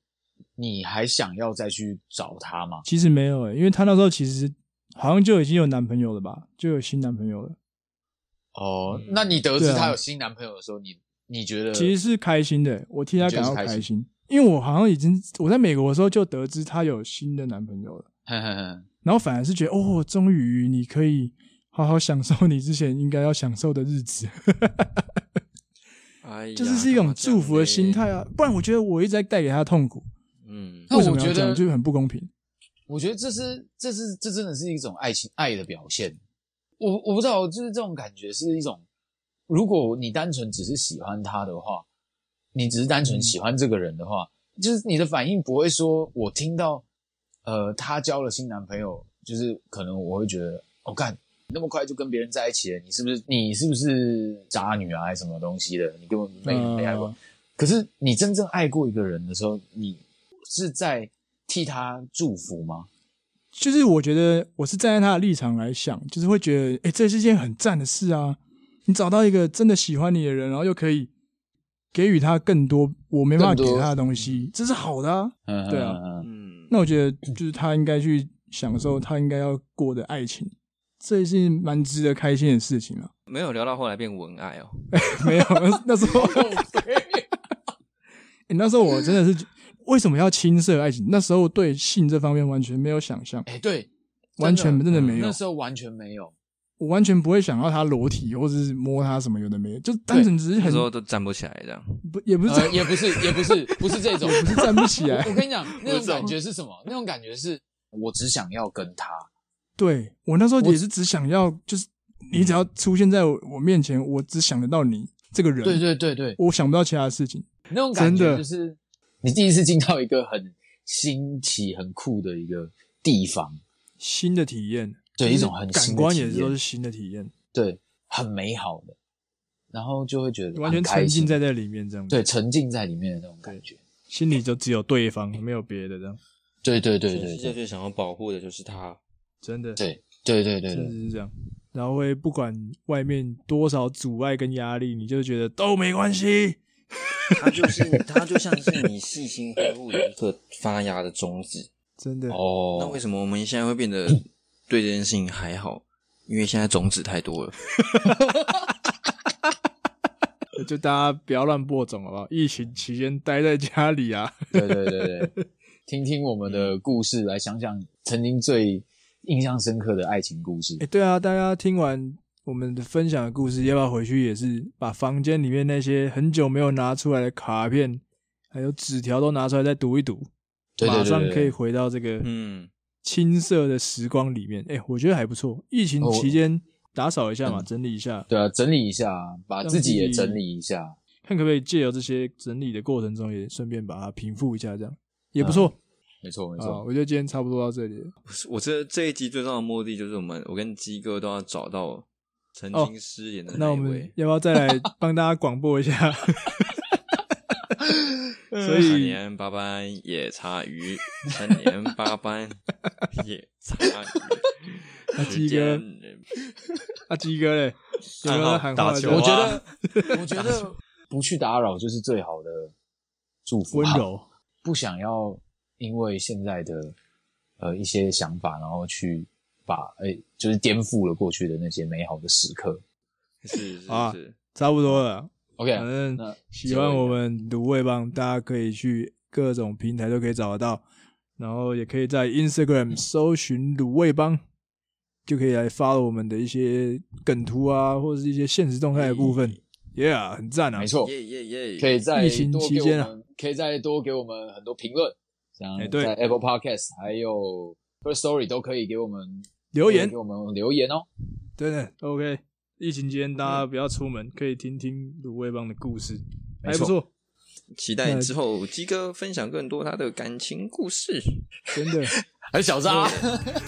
S2: 你还想要再去找他吗？
S1: 其实没有、欸，因为他那时候其实好像就已经有男朋友了吧，就有新男朋友了，
S2: 哦，那你得
S1: 对
S2: 知
S1: 啊
S2: 她有新男朋友的时候，你你觉得
S1: 其实是开心的欸、我替他感到
S2: 呃你觉得是开
S1: 开
S2: 心
S1: 心，因为我好像已经我在美国的时候就得知他有新的男朋友了。
S2: 哼哼哼
S1: 然后反而是觉得哦，终于你可以好好享受你之前应该要享受的日 子，
S3: 哎呀
S1: 就是是一种祝福的心
S2: 哎
S1: 态。啊。不然我觉得我一直在带给他痛苦，
S3: 嗯，
S2: 那
S1: 为什
S2: 我
S1: 么要
S2: 觉
S1: 这样
S2: 得，
S1: 就很不公平。
S2: 我觉得这是这是这真的是一种爱情爱的表现。我我不知道，就是这种感觉是一种，如果你单纯只是喜欢他的话，你只是单
S1: 嗯
S2: 纯喜欢这个人的话，就是你的反应不会说，我听到呃他交了新男朋友，就是可能我会觉得，哦干，你那么快就跟别人在一起了，你是不是你是不是渣女啊，还是什么东西的？你根本没没爱过
S1: 呃。
S2: 可是你真正爱过一个人的时候，你是在替他祝福吗？
S1: 就是我觉得我是站在他的立场来想，就是会觉得，哎、这是一件很赞的事啊！你找到一个真的喜欢你的人，然后又可以给予他更多我没办法
S2: 更
S1: 给
S2: 多
S1: 他的东西，这是好的、啊。
S2: 嗯，
S1: 对啊
S2: 嗯，嗯
S3: 嗯，
S1: 那我觉得就是他应该去享受他应该要过的爱情，这也是蛮值得开心的事情啊。
S3: 没有聊到后来变文爱哦，
S1: 没有，那时候、欸那时候我真的是为什么要青涩爱情？那时候对性这方面完全没有想象，
S2: 哎，对，
S1: 完全真的
S3: 嗯
S1: 没有
S2: 那。时候完全没有，
S1: 我完全不会想要他裸体，或者是摸他什么有的没的，就单纯只是
S3: 那
S1: 很
S3: 时候都站不起来这样。
S1: 不也不是
S2: 呃，也不是，也不是，不是 这种，
S1: 不是站不起来
S2: 我。跟你 讲，那
S3: 不
S2: 种
S3: 是哦
S2: 感觉是什么？那种感觉是我只想要跟他，
S1: 对我那时候也是只想要，就是你只要出现在我我面前，我只想得到你这个人，
S2: 对对对对，
S1: 我想不到其他的事情。
S2: 那种感
S1: 真
S2: 觉
S1: 的
S2: 就是你第一次进到一个很新奇、很酷的一个地方，
S1: 新的体验，就
S2: 对
S1: 是
S2: 一种很
S1: 感
S2: 新的
S1: 官
S2: 体
S1: 也
S2: 验
S1: 都是新的体验，
S2: 对，很美好的，然后就会觉得
S1: 完全沉
S2: 很开
S1: 浸
S2: 心，
S1: 在这里面，这样子
S2: 对，沉浸在里面的那种感觉，
S1: 心里就只有对方，没有别的，这样
S2: 对对对对对
S3: 最想要保护的就是他。
S1: 真的，
S2: 对对对对
S1: 真的
S2: 对，
S1: 是这样。然后会不管外面多少阻碍跟压力，你就觉得都没关系。
S3: 他就是他，就像是你细心呵护的一颗发芽的种子。
S1: 真的，
S3: 那
S2: 哦
S3: 为，什么我们现在会变得对这件事情还好？因为现在种子太多了。
S1: 就大家不要乱播种，好不好？疫情期间待在家里啊，
S2: 对对对对，听听我们
S1: 嗯
S2: 的故事，来想想曾经最印象深刻的爱情故事
S1: 哎、。对啊，大家听完我们的分享的故事，要不要回去也是把房间里面那些很久没有拿出来的卡片，还有纸条都拿出来再读一读，
S2: 对对对对对
S1: 马上可以回到这个
S3: 嗯，
S1: 青涩的时光里面。哎、我觉得还不错。疫情
S2: 哦
S1: 期间打扫一下嘛，整理一下，
S2: 对啊，整理一下，把自己也整理一下。
S1: 看可不可以借由这些整理的过程中，也顺便把它平复一下，这样也
S3: 嗯
S1: 不错
S2: 没错，没
S1: 啊、
S2: 错。
S1: 我觉得今天差不多到这里了。
S3: 我这这一集最重要的目的就是我们，我跟鸡哥都要找到曾
S1: 哦
S3: 经失联的
S1: 那
S3: 一
S1: 我们
S3: 位。
S1: 要不要再来帮大家广播一 下？所
S3: 三
S1: 以
S3: 年八班野茶鱼，三年八班野茶鱼。
S1: 啊鸡
S3: 时
S1: 哥
S3: 间
S1: 啊，鸡哥嘞，有没有在喊话
S3: 打
S1: 的时
S3: 球
S1: 候？
S3: 啊，
S2: 我觉得我觉得不去打扰就是最好的祝福，啊
S1: 温柔，
S2: 不想要因为现在的呃一些想法，然后去把哎、就是颠覆了过去的那些美好的时刻。
S3: 是是
S1: 啊
S3: 是，
S1: 差不多了。
S2: OK，
S1: 反正
S2: 那
S1: 嗯喜欢我们卤味帮，大家可以去各种平台都可以找得到，然后也可以在 Instagram 搜寻卤味帮，就可以来发我们的一些梗图啊，或者是一些现实动态的部分。Yeah，很赞啊！
S2: 哎没，错，
S3: 耶耶耶！
S2: 可以再
S1: 疫情
S2: 多
S1: 期
S2: 给我
S1: 间啊
S2: 们，可以再多给我们很多评论，像
S1: 哎对
S2: 在 Apple Podcast 还有 First Story 都可以给我们
S1: 留言
S2: 给我们留言哦。
S1: 真的 OK。疫情期间大
S2: 嗯
S1: 家不要出门，可以听听卤味帮的故事，还
S2: 没
S1: 不
S2: 错
S1: 错，
S3: 期待之后鸡哥分享更多他的感情故事。
S1: 真 的。
S2: 还是小扎，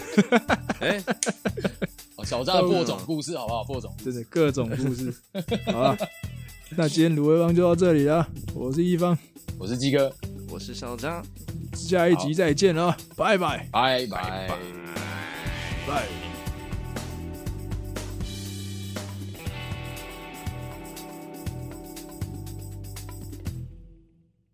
S3: 哎、
S2: 哦小扎的播种故事好不好？播种故事
S1: 真的各种故 事。好了，那今天卤味帮就到这里了，我是一方，
S2: 我是鸡哥，
S3: 我是小张。
S1: 下一集再见了，拜拜
S2: 拜拜。
S1: 拜。